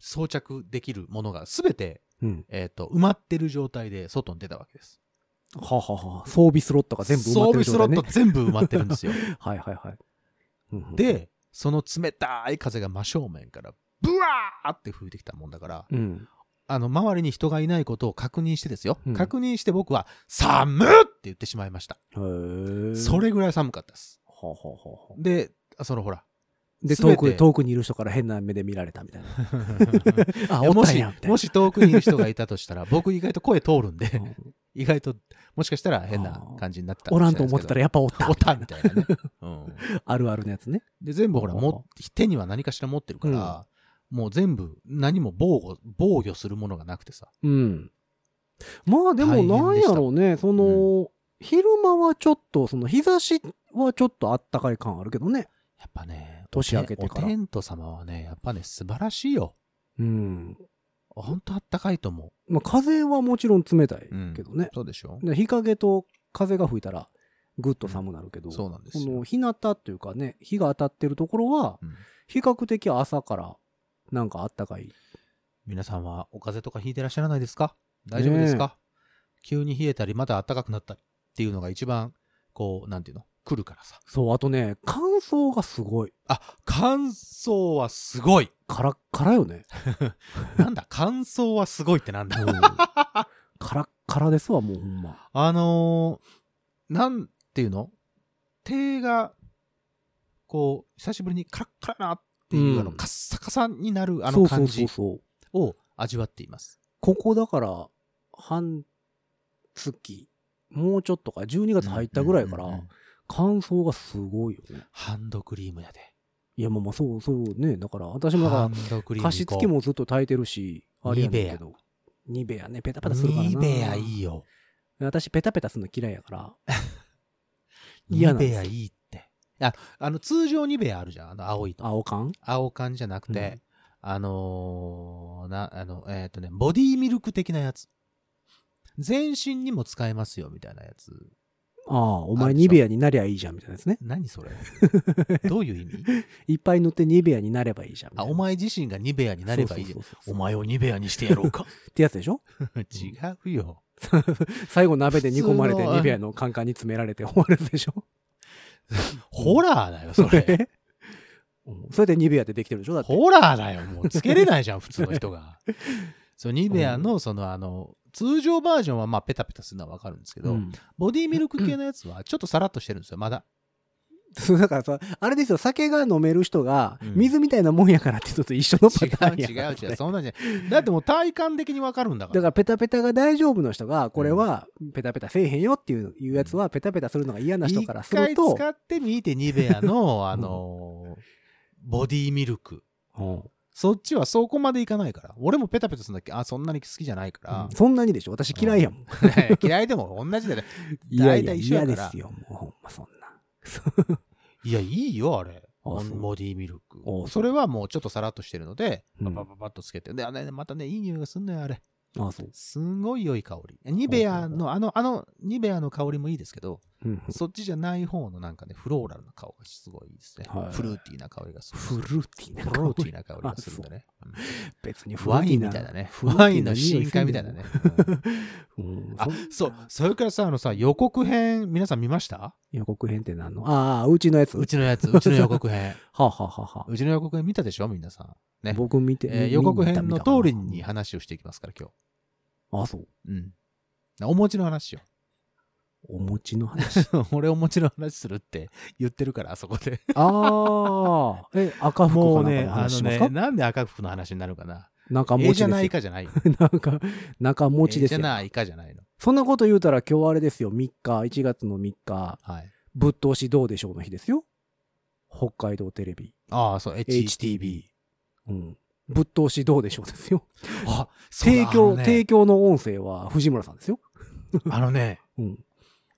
Speaker 3: 装着できるものがすべて、
Speaker 2: うん。
Speaker 3: えっ、と、埋まってる状態で外に出たわけです。
Speaker 2: はあはあはあ。装備スロットが全部埋まってる
Speaker 3: 装
Speaker 2: 状
Speaker 3: 備
Speaker 2: 態
Speaker 3: ス
Speaker 2: ね
Speaker 3: ロット全部埋まってるん ですよ。
Speaker 2: はいはいはい。うんうん、
Speaker 3: で、その冷たい風が真正面から、ブワーって吹いてきたもんだから、
Speaker 2: うん。
Speaker 3: あの、周りに人がいないことを確認してですよ。
Speaker 2: うん
Speaker 3: 確認して僕は、寒っって言ってしまいました。
Speaker 2: へえ。
Speaker 3: そ
Speaker 2: は
Speaker 3: れぐらい寒かったです。
Speaker 2: あはあはあはあ
Speaker 3: で、あその ほら。
Speaker 2: で、
Speaker 3: 全
Speaker 2: 遠
Speaker 3: て
Speaker 2: く、遠くにいる人から変な目で見られたみたいな。 あ、
Speaker 3: いや
Speaker 2: おっ
Speaker 3: も
Speaker 2: たん
Speaker 3: し
Speaker 2: や、み、たいな。
Speaker 3: もし遠くにいる人がいたとしたら、僕意外と声通るん
Speaker 2: う
Speaker 3: で、
Speaker 2: ん
Speaker 3: 意外と、もしかしたら変な感じになってた
Speaker 2: おらんと思ってたら、
Speaker 3: ら、
Speaker 2: やっ ぱおった。
Speaker 3: おったみたいなね。うん
Speaker 2: あるあるのやつね。
Speaker 3: で、全部ほら、も手には何かしら持ってるから、もう全部、何も防護、防御するものがなくてさ。
Speaker 2: うん。まあでも、なん
Speaker 3: 大変で
Speaker 2: や
Speaker 3: した
Speaker 2: ろうね。その、昼間はちょっと、その、日差しはちょっとあったかい感あるけどね。
Speaker 3: やっぱね、
Speaker 2: 年明けてから
Speaker 3: お天お天道様はね、やっぱね、素晴らしいよ。
Speaker 2: うん。
Speaker 3: ほんとあったかいと思。
Speaker 2: まあ、風はもちろん冷たいう
Speaker 3: うん
Speaker 2: けどね。
Speaker 3: そうでしょ
Speaker 2: で日陰と風が吹いたら、ぐっと寒なるけど。
Speaker 3: そうなんです
Speaker 2: こ
Speaker 3: よ
Speaker 2: の。日向というかね日が当たってるところは
Speaker 3: うん
Speaker 2: 比較的朝からなんかあったかい
Speaker 3: 皆さんはお風邪とかひいてらっしゃらないですか大丈夫ですか、急に冷えたりまた暖かくなったりっていうのが一番こうなんていうの来るからさ
Speaker 2: そうあとね乾燥がすごい
Speaker 3: あ乾燥はすごい
Speaker 2: カラッカラよね、
Speaker 3: なん だ乾燥はすごいってなん だ
Speaker 2: うん、カラッカラですわもうほんま
Speaker 3: あのー、なんていうの手がこう久しぶりにカラッカラなっていう、
Speaker 2: うん
Speaker 3: あのカッサカサになるあ
Speaker 2: そ
Speaker 3: の感
Speaker 2: うそう
Speaker 3: じ
Speaker 2: そうそう
Speaker 3: を味わっています
Speaker 2: ここだから半月もうちょっとか12月入ったぐらいか
Speaker 3: うんうんう
Speaker 2: ら
Speaker 3: ん
Speaker 2: 乾燥がすごいよね
Speaker 3: ハンドクリームやで
Speaker 2: いやまあまあそうそうねだから私もだ
Speaker 3: ハ
Speaker 2: か
Speaker 3: ンドクリ
Speaker 2: ら
Speaker 3: ー
Speaker 2: 加
Speaker 3: ム
Speaker 2: 湿器もずっと炊いてるしあれやねんけどニベアねペタペタするからな
Speaker 3: ニベアいいよ
Speaker 2: 私ペタペタするの嫌いやから
Speaker 3: ニ
Speaker 2: 嫌なんです
Speaker 3: ベアいいって。あ、あの、通常ニベアあるじゃん。あの、青いの。
Speaker 2: 青缶
Speaker 3: 青缶じゃなくて、あのーな、あの、えっ、とね、ボディミルク的なやつ。全身にも使えますよ、みたいなやつ。
Speaker 2: ああお
Speaker 3: あ
Speaker 2: 前
Speaker 3: るでし
Speaker 2: ニ
Speaker 3: ょ
Speaker 2: ベアになりゃいいじゃんみたいなですね
Speaker 3: 何それどういう意味
Speaker 2: いっぱい塗ってニベアになればいいじゃんみた
Speaker 3: あ、
Speaker 2: い
Speaker 3: お前自身がニベアになればいいじゃ
Speaker 2: そ
Speaker 3: ん。
Speaker 2: うそうそうそう
Speaker 3: お前をニベアにしてやろうか。
Speaker 2: ってやつでしょ
Speaker 3: 違うよ。
Speaker 2: 最後鍋で煮込まれ
Speaker 3: 普
Speaker 2: て
Speaker 3: 通の
Speaker 2: ニベアのカンカンに詰められて 終わるでしょ
Speaker 3: ホラーだよ、それ。
Speaker 2: うんそれでニベアってできてるでしょだって。
Speaker 3: ホラーだよ、もう。つけれないじゃん、普通の人 が。そう、ニベアの、その、あの、通常バージョンは、まあ、ペタペタするのはわかるんですけど、
Speaker 2: うん
Speaker 3: ボディミルク系のやつは、ちょっとさらっとしてるんですよ、まだ。
Speaker 2: そう だからさ、あれですよ、酒が飲める人が
Speaker 3: うん
Speaker 2: 水みたいなもんやからってちょっと一緒の
Speaker 3: 違
Speaker 2: パタ
Speaker 3: う
Speaker 2: ーンやか
Speaker 3: 違
Speaker 2: ら
Speaker 3: う違う、そんなんじゃない。だってもう体感的にわかるんだか
Speaker 2: だ
Speaker 3: ら。
Speaker 2: からペタペタが大丈夫の人が、これはペタペタせえへんよっていういうやつは、ペタペタするのが嫌な人からする
Speaker 3: 一
Speaker 2: と、
Speaker 3: 回使ってみて、ニベ アの、あのーボディミルク。
Speaker 2: うん
Speaker 3: そっちはそこまでいかないから。俺もペタペタするんだっけあ、そんなに好きじゃないから。
Speaker 2: そんなにでしょ私嫌いやもん。
Speaker 3: 嫌いでも同じだね。
Speaker 2: いや
Speaker 3: 大
Speaker 2: いや、
Speaker 3: 体一緒
Speaker 2: 嫌
Speaker 3: やか
Speaker 2: で
Speaker 3: ら
Speaker 2: す。よ、もうほんまそんな。
Speaker 3: いや、いいよ、あれ。ボ
Speaker 2: そう
Speaker 3: ボディミルク
Speaker 2: お。う
Speaker 3: それはもうちょっとさらっとしてるので、
Speaker 2: うん
Speaker 3: パパパパッとつけて。で、あれまたね、いい匂いがすんのよ、あれ。
Speaker 2: あそう。
Speaker 3: すんごい良い香り。ニベアの、あの、あの、ニベアの香りもいいですけど、
Speaker 2: うん
Speaker 3: そっちじゃない方のなんかね、フローラルな香りがすごいいいですね。
Speaker 2: はい
Speaker 3: フルーティーな香りがする。
Speaker 2: フルーティーな
Speaker 3: フ
Speaker 2: 香り。
Speaker 3: ルーティーな香りがするんだね。うん
Speaker 2: 別にフルー
Speaker 3: ワ
Speaker 2: テ
Speaker 3: イ
Speaker 2: ィー
Speaker 3: ン
Speaker 2: な。
Speaker 3: みたいなね。
Speaker 2: フルーティ
Speaker 3: ワ
Speaker 2: ー
Speaker 3: イン
Speaker 2: な
Speaker 3: の
Speaker 2: 匂
Speaker 3: 深
Speaker 2: せ
Speaker 3: 海
Speaker 2: ん
Speaker 3: み
Speaker 2: で
Speaker 3: たい
Speaker 2: も
Speaker 3: なね。。
Speaker 2: うん
Speaker 3: あ
Speaker 2: そ、
Speaker 3: そう、それからさ、あのさ、予告編、皆さん見ました
Speaker 2: 予告編って何のああ、うちのやつ。
Speaker 3: う
Speaker 2: は
Speaker 3: ちのやつ、うちの予告編。
Speaker 2: あはあはあはあ
Speaker 3: うちの予告編見たでしょ、皆さん。ね
Speaker 2: 僕見て、
Speaker 3: えー
Speaker 2: 見
Speaker 3: 予告編の通り。
Speaker 2: 見
Speaker 3: に
Speaker 2: た見
Speaker 3: 話をしていきますから、今
Speaker 2: たあ、そう。
Speaker 3: 日。うん。お餅の話よ。
Speaker 2: お餅の話。
Speaker 3: 俺お餅の話するって言ってるから、あそこで。
Speaker 2: ああ、え、赤服
Speaker 3: も
Speaker 2: か
Speaker 3: う
Speaker 2: なんか
Speaker 3: ね、
Speaker 2: の
Speaker 3: あ
Speaker 2: 話
Speaker 3: の
Speaker 2: します
Speaker 3: ね、
Speaker 2: か
Speaker 3: なんで赤服の話になるかな。
Speaker 2: なんか
Speaker 3: ええ
Speaker 2: 餅
Speaker 3: じゃ
Speaker 2: で
Speaker 3: な
Speaker 2: す
Speaker 3: い
Speaker 2: よ。
Speaker 3: かじゃないよ。
Speaker 2: なんか、中餅です
Speaker 3: ええじゃ
Speaker 2: よ。
Speaker 3: ないかじゃないの。
Speaker 2: そんなこと言うたら今日あれですよ、3日、1月の3日、
Speaker 3: はい。
Speaker 2: ぶっ通しどうでしょうの日ですよ。北海道テレビ、
Speaker 3: ああ、そう、
Speaker 2: HTB。うん。ぶっ通しどうでしょうですよ。
Speaker 3: あ、そうだ
Speaker 2: 提供、
Speaker 3: あのね
Speaker 2: 提供の音声は藤村さんですよ。
Speaker 3: あのね、
Speaker 2: うん。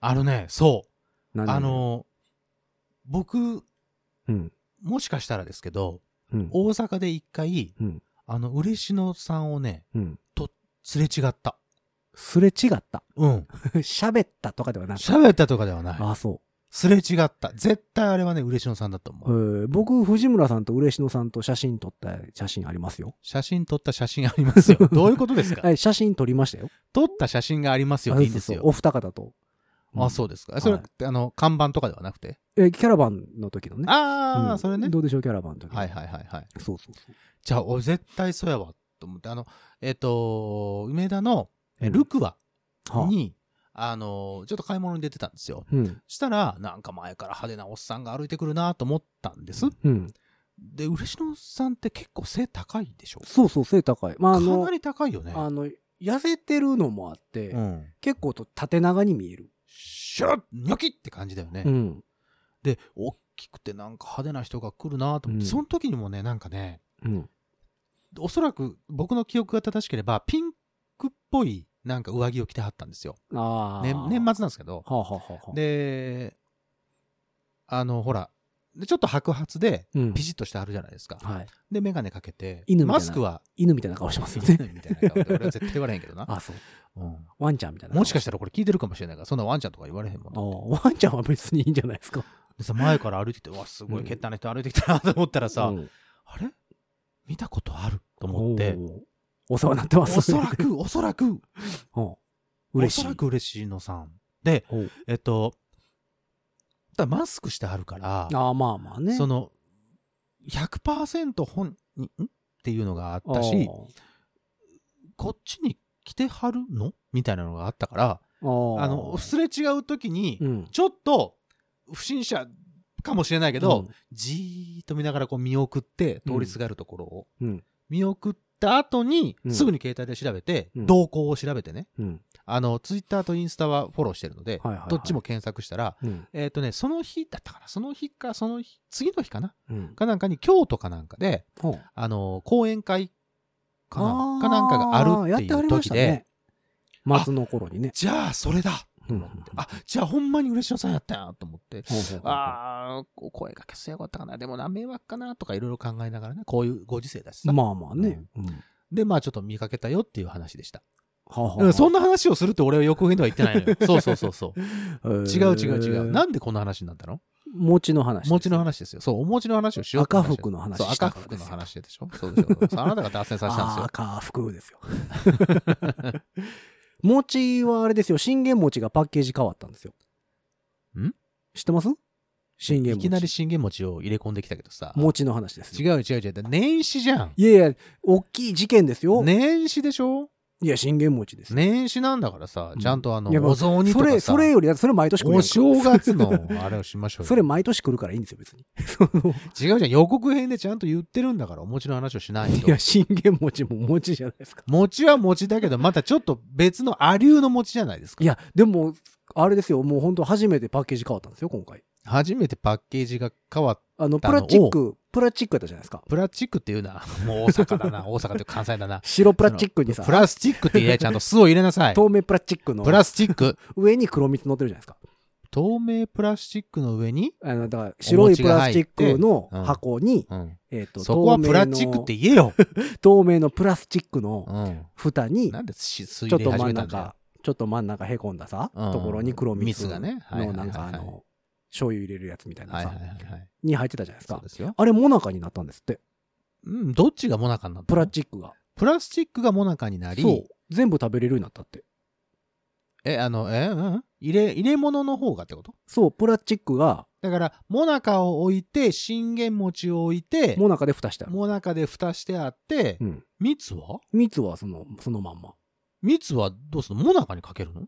Speaker 3: あのね、そう。
Speaker 2: 何
Speaker 3: あ、の僕
Speaker 2: うん。
Speaker 3: もしかしたらですけど
Speaker 2: うん。
Speaker 3: 大阪で一回、
Speaker 2: うん
Speaker 3: あの嬉野さんをね
Speaker 2: うん。
Speaker 3: すれ違った
Speaker 2: すれ違った。
Speaker 3: うん
Speaker 2: 喋ったとかではなく
Speaker 3: 喋ったとかではない
Speaker 2: あ、そ
Speaker 3: すれ違った絶対あれはね嬉野さんだと思
Speaker 2: う。
Speaker 3: う、
Speaker 2: えー僕、藤村さんと嬉野さんと写真撮った写真ありますよ。
Speaker 3: 写真撮った写真ありますよ どういうことですか
Speaker 2: え写真撮りましたよ。
Speaker 3: 撮った写真がありますよ
Speaker 2: あ
Speaker 3: でいいんです
Speaker 2: そうそうお
Speaker 3: よ
Speaker 2: 二方と。
Speaker 3: あそうですかそれ、
Speaker 2: は
Speaker 3: あの看板とかではなくて
Speaker 2: うん。え、キャラバンの時のね。
Speaker 3: ああ、
Speaker 2: うん
Speaker 3: それね
Speaker 2: どうでしょう、キャラバンの時。
Speaker 3: はいはいはいはい
Speaker 2: そうそうそう。
Speaker 3: じゃあ俺絶対そうやわと思ってあのえっ、と梅田のえ
Speaker 2: うん
Speaker 3: ルクワ
Speaker 2: はあ
Speaker 3: に、あのちょっと買い物に出てたんですよ
Speaker 2: うん。
Speaker 3: したら、なんか前から派手なおっさんが歩いてくるなと思ったんです。
Speaker 2: うん。
Speaker 3: で、嬉野さんって結構背高いでしょ
Speaker 2: そうそう、背高い。まあ、あ
Speaker 3: か
Speaker 2: の
Speaker 3: な、り高いよね。
Speaker 2: あの、痩せてるのもあって、
Speaker 3: うん。
Speaker 2: 結構と縦長に見える。
Speaker 3: シュッニョキって感じだよね。
Speaker 2: ん。
Speaker 3: で、大きくてなんか派手な人が来るなと思って、
Speaker 2: うん
Speaker 3: その時にもね、なんかね、
Speaker 2: うん。
Speaker 3: おそらく僕の記憶が正しければ、ピンクっぽいなんか上着を着てはったんですよ。
Speaker 2: ああ。
Speaker 3: ね、年末なんですけど。
Speaker 2: はあ、はあはあはあ、
Speaker 3: で、あの、ほら、でちょっと白髪で、
Speaker 2: うん
Speaker 3: ピシッとしてはるじゃないですか。
Speaker 2: はい。
Speaker 3: で、眼鏡かけて、
Speaker 2: 犬みたいな
Speaker 3: マスクは
Speaker 2: 犬みたいな顔してますよね。
Speaker 3: みたいな顔で俺は絶対言われへんけどな。
Speaker 2: あ、そう。
Speaker 3: うん
Speaker 2: ワンちゃんみたいな。
Speaker 3: もしか
Speaker 2: し
Speaker 3: したらこれ聞いてるかもしれないから、そんなワンちゃんとか言われへんもん
Speaker 2: あ
Speaker 3: な。
Speaker 2: あ、ワンちゃんは別にいいんじゃないですか。
Speaker 3: でさ、前から歩いてて、うわ、すごいケったな人歩いてきたなと思ったらさ、
Speaker 2: うん
Speaker 3: あれ見たことあると思って、
Speaker 2: おーお世話になってま
Speaker 3: お
Speaker 2: す。
Speaker 3: そらく、おそらく、
Speaker 2: うん。嬉し
Speaker 3: おそ
Speaker 2: い
Speaker 3: ら。く嬉しいのさん。で
Speaker 2: おう、
Speaker 3: えっと、ただマスクしてはるから、
Speaker 2: ああ、まあまあね。
Speaker 3: その、100%本人んっていうのがあっ
Speaker 2: あ
Speaker 3: たし
Speaker 2: ー、
Speaker 3: こっちに来てはるのみたいなのがあったから、
Speaker 2: あー
Speaker 3: あの、すれ違う時に、
Speaker 2: うん。
Speaker 3: ちょっと不審者かもしれないけど、
Speaker 2: うん
Speaker 3: じーっと見ながらこう見送って通りすがるところを、
Speaker 2: うん
Speaker 3: 見送った後に、
Speaker 2: うん
Speaker 3: すぐに携帯で調べて、
Speaker 2: うん
Speaker 3: 動向を調べてね
Speaker 2: うん。
Speaker 3: あのツイッターとインスタはフォローしてるので、
Speaker 2: はいはいはい
Speaker 3: どっちも検索したら
Speaker 2: うん。
Speaker 3: えっ、とねその日だったかなその日かその日次の日かな
Speaker 2: うん。
Speaker 3: かなんかに京都かなんかで、
Speaker 2: ほう
Speaker 3: あの講演会かな
Speaker 2: ー
Speaker 3: かなんかがあるってい
Speaker 2: やは
Speaker 3: う
Speaker 2: りまし
Speaker 3: 時
Speaker 2: た
Speaker 3: で、
Speaker 2: ね末の頃にね。
Speaker 3: じゃあそれだと思って、あじゃあほんまに嬉野さんやったやと思って
Speaker 2: ほうほうほう
Speaker 3: ああ、こう声がけすよかったかな、でもな、迷惑かなとかいろいろ考えながらね、こういうご時世だしさ。
Speaker 2: まあまあね。うん
Speaker 3: で、まあちょっと見かけたよっていう話でした。
Speaker 2: はあはあ
Speaker 3: だからそんな話をするって俺は横編では言ってないのよ。 そうそうそうそう。
Speaker 2: えー
Speaker 3: 違う違う違う。なんでこんな話になったの
Speaker 2: 餅の話。
Speaker 3: 餅の話ですよ。そう、お餅の話をしようって
Speaker 2: 赤服の話
Speaker 3: そう、
Speaker 2: した
Speaker 3: 赤
Speaker 2: から
Speaker 3: 服
Speaker 2: で
Speaker 3: の
Speaker 2: すよ
Speaker 3: 話でしょ。そうでしょ。そうあなたが脱線させたんです
Speaker 2: あー
Speaker 3: よ。
Speaker 2: 赤服ですよ。 餅はあれですよ、信玄餅がパッケージ変わったんですよ。
Speaker 3: ん
Speaker 2: 知ってます信玄
Speaker 3: い
Speaker 2: 餅。
Speaker 3: きなり信玄餅を入れ込んできたけどさ。
Speaker 2: 餅の話です
Speaker 3: 違
Speaker 2: よ。
Speaker 3: う違う違う。年始じゃん。
Speaker 2: いやいや、大きい事件ですよ。
Speaker 3: 年始でしょ
Speaker 2: いや、信玄餅ですよ。
Speaker 3: 年始なんだからさ、ちゃんとあの
Speaker 2: いや、まあ
Speaker 3: お雑煮と
Speaker 2: そ
Speaker 3: か
Speaker 2: れ、
Speaker 3: さ
Speaker 2: そ、れより、だってそれ毎年来るやん
Speaker 3: お
Speaker 2: か
Speaker 3: 正月のあれをしま しょうよ。
Speaker 2: それ毎年来るからいいんですよ、別に。
Speaker 3: 違うじゃん。予告編でちゃんと言ってるんだから、お餅の話をしない
Speaker 2: い
Speaker 3: と
Speaker 2: や、。信玄餅も餅じゃないですか。
Speaker 3: 餅は餅だけど、またちょっと別のア流の餅じゃないですか
Speaker 2: い。や、でも、あれですよ、もう本当初めてパッケージ変わったんですよ、今回。
Speaker 3: 初めてパッケージが変わっ
Speaker 2: あの、
Speaker 3: だ
Speaker 2: プ
Speaker 3: の
Speaker 2: ラチック、プラチックやったじゃないですか。
Speaker 3: プラチックっていうな。もう大阪だ な。大阪って関西だな。
Speaker 2: 白プラチックにさ
Speaker 3: プ、ラスチックって言え、ちゃん と酢を入れなさい。
Speaker 2: 透明プラチックの
Speaker 3: プラスチック。
Speaker 2: 上に黒蜜乗ってるじゃないですか。
Speaker 3: 透明プラスチックの上に、
Speaker 2: あの、だから白いプラスチックの
Speaker 3: お餅が入ってうん
Speaker 2: 箱に、
Speaker 3: うん、
Speaker 2: えっと、
Speaker 3: そこは
Speaker 2: 透
Speaker 3: プ
Speaker 2: 明
Speaker 3: ラスチックっ
Speaker 2: の
Speaker 3: て、言えよ。
Speaker 2: 透明のプラスチックの
Speaker 3: うん、
Speaker 2: 蓋に、
Speaker 3: なんでし水
Speaker 2: ちょっ
Speaker 3: 入
Speaker 2: と
Speaker 3: れ始
Speaker 2: 真ん
Speaker 3: めたんだよ
Speaker 2: 中。、ちょっと真ん中へこんださ、
Speaker 3: うん
Speaker 2: ところに黒蜜
Speaker 3: 蜜がねはいはい
Speaker 2: のな
Speaker 3: はいは
Speaker 2: いんかあの、醤油入れるやつみたいな
Speaker 3: はいは
Speaker 2: さ
Speaker 3: い、はい。
Speaker 2: に入ってたじゃないです
Speaker 3: そう
Speaker 2: か
Speaker 3: で。すよ。
Speaker 2: あれ、モナカになったんですって。
Speaker 3: うん、どっちがモナカになった
Speaker 2: プ
Speaker 3: の
Speaker 2: ラチックが。
Speaker 3: プラスチックがモナカにな
Speaker 2: そう
Speaker 3: り、。
Speaker 2: 全部食べれるようになったって。
Speaker 3: え、あの、え、うん入れ、入れ物の方がってこと
Speaker 2: そう、プラチックが、
Speaker 3: だから、モナカを置いて、信玄餅を置いて、
Speaker 2: モナカで蓋してある。
Speaker 3: モナカで蓋してあって
Speaker 2: う、ん。
Speaker 3: 蜜は
Speaker 2: 蜜はその、そのまんま。
Speaker 3: 蜜はどうするのモナカにかけるの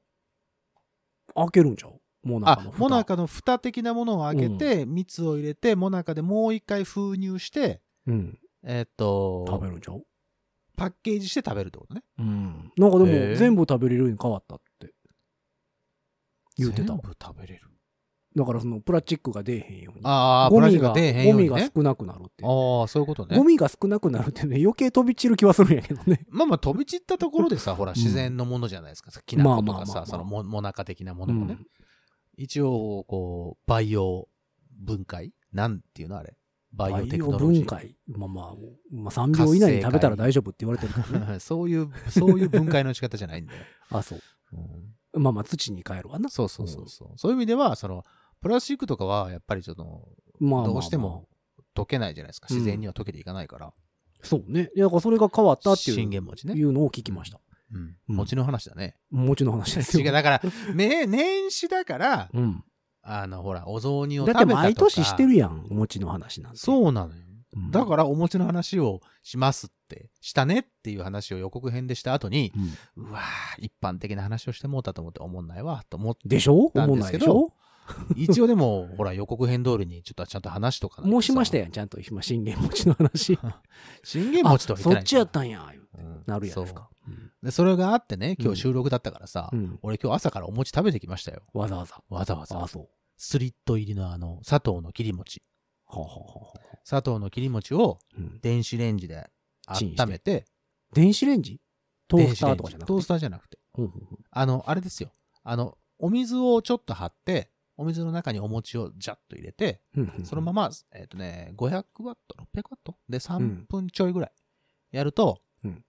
Speaker 2: 開けるんちゃうモナカ
Speaker 3: あ
Speaker 2: の、蓋。
Speaker 3: モナカの蓋的なものを開けて、蜜を入れて、モナカでもう一回封入して、
Speaker 2: うん。
Speaker 3: えーっと、
Speaker 2: 食べるんちゃう
Speaker 3: パッケージして食べるってことね。
Speaker 2: うん。なんかでも
Speaker 3: へえ、
Speaker 2: 全部食べれるように変わったって。言うてた
Speaker 3: 全。部食べれる。
Speaker 2: だからその、プラチックが出えへんように。
Speaker 3: ああ、
Speaker 2: ゴ
Speaker 3: プラ
Speaker 2: ミ
Speaker 3: ジが
Speaker 2: が、
Speaker 3: 出えへん
Speaker 2: ゴ
Speaker 3: よう
Speaker 2: ミ
Speaker 3: に
Speaker 2: が
Speaker 3: ね。
Speaker 2: 少なくなるって。
Speaker 3: ああ、そういうことね
Speaker 2: ゴ。ミが少なくなるってね、余計飛び散る気はするんやけどね。
Speaker 3: まあまあ飛び散ったところでさ、ほら、
Speaker 2: うん
Speaker 3: 自然のものじゃないですか。きな粉と
Speaker 2: まあまあ
Speaker 3: か
Speaker 2: まあまあ
Speaker 3: さ、そのモモナカ的なものもね。
Speaker 2: うん
Speaker 3: 一応、こう、培養分解なんていうのあれ。バイオテクノロジ
Speaker 2: 分
Speaker 3: ー。
Speaker 2: 解。まあまあ、まあ3秒以内に食べたら大丈夫って言われてるから ね。
Speaker 3: そういう、そういう分解の仕方じゃないんだよ。
Speaker 2: あ、そう。
Speaker 3: うん
Speaker 2: まあまあ、土に帰るわな。
Speaker 3: そうそうそうそう。そういう意味では、その、プラスチックとかは、やっぱりちょっと、
Speaker 2: まあまあまあ
Speaker 3: どうしても溶けないじゃないですか。
Speaker 2: うん
Speaker 3: 自然には溶けていかないから。
Speaker 2: そうね。いや、だからそれが変わったっていう。
Speaker 3: 信玄餅ね
Speaker 2: いうのを聞きました。
Speaker 3: うん。
Speaker 2: うん
Speaker 3: 餅の話だね。
Speaker 2: 餅の話です
Speaker 3: 違
Speaker 2: よ。
Speaker 3: う、だ から、ね、年始だから、
Speaker 2: うん。
Speaker 3: あの、ほら、お雑煮を食
Speaker 2: だ
Speaker 3: べ
Speaker 2: ったて
Speaker 3: とか。
Speaker 2: 毎年してるやん、餅の話なんて。
Speaker 3: そうなのよ。
Speaker 2: うん。
Speaker 3: だから、お餅の話をしますって、したねっていう話を予告編でした後に、
Speaker 2: うん
Speaker 3: うわー一般的な話をしてもうたと思って、思んないわ、と思って。
Speaker 2: でしょ
Speaker 3: なん
Speaker 2: 思ん
Speaker 3: で
Speaker 2: な
Speaker 3: す
Speaker 2: い
Speaker 3: け
Speaker 2: で
Speaker 3: ど
Speaker 2: しょ
Speaker 3: 一応でも、ほら、予告編通りに、ちょっとちゃんと話しとかないと
Speaker 2: もう
Speaker 3: さ
Speaker 2: しましたやん、ちゃんと今、信玄餅の話。
Speaker 3: 信玄餅とは言って
Speaker 2: そ
Speaker 3: ない
Speaker 2: っちやったんや、言うてなるやん
Speaker 3: そう
Speaker 2: ですか。うん
Speaker 3: でそれがあってね今
Speaker 2: うん
Speaker 3: 日収録だったからさ、
Speaker 2: うん。
Speaker 3: 俺今日朝からお餅食べてきましたよ
Speaker 2: わざわざ。
Speaker 3: わざわざ
Speaker 2: あ、そう。
Speaker 3: スリット入りのあの砂糖の切り餅
Speaker 2: はあはあはあはあ
Speaker 3: 砂糖の切り餅を
Speaker 2: うん
Speaker 3: 電子レンジで
Speaker 2: チ
Speaker 3: 温
Speaker 2: ンして
Speaker 3: めて
Speaker 2: 電子レンジトースターとかじゃな
Speaker 3: 電子レンジトー
Speaker 2: く
Speaker 3: ス
Speaker 2: て。
Speaker 3: ターじゃなくて
Speaker 2: ほうほうほう
Speaker 3: あのあれですよあのお水をちょっと張ってお水の中にお餅をジャッと入れて、
Speaker 2: うんうん
Speaker 3: そのまま、えっ、とね、500ワット、600ワットで
Speaker 2: ん
Speaker 3: 3分ちょいぐらいやる
Speaker 2: う
Speaker 3: と、
Speaker 2: ん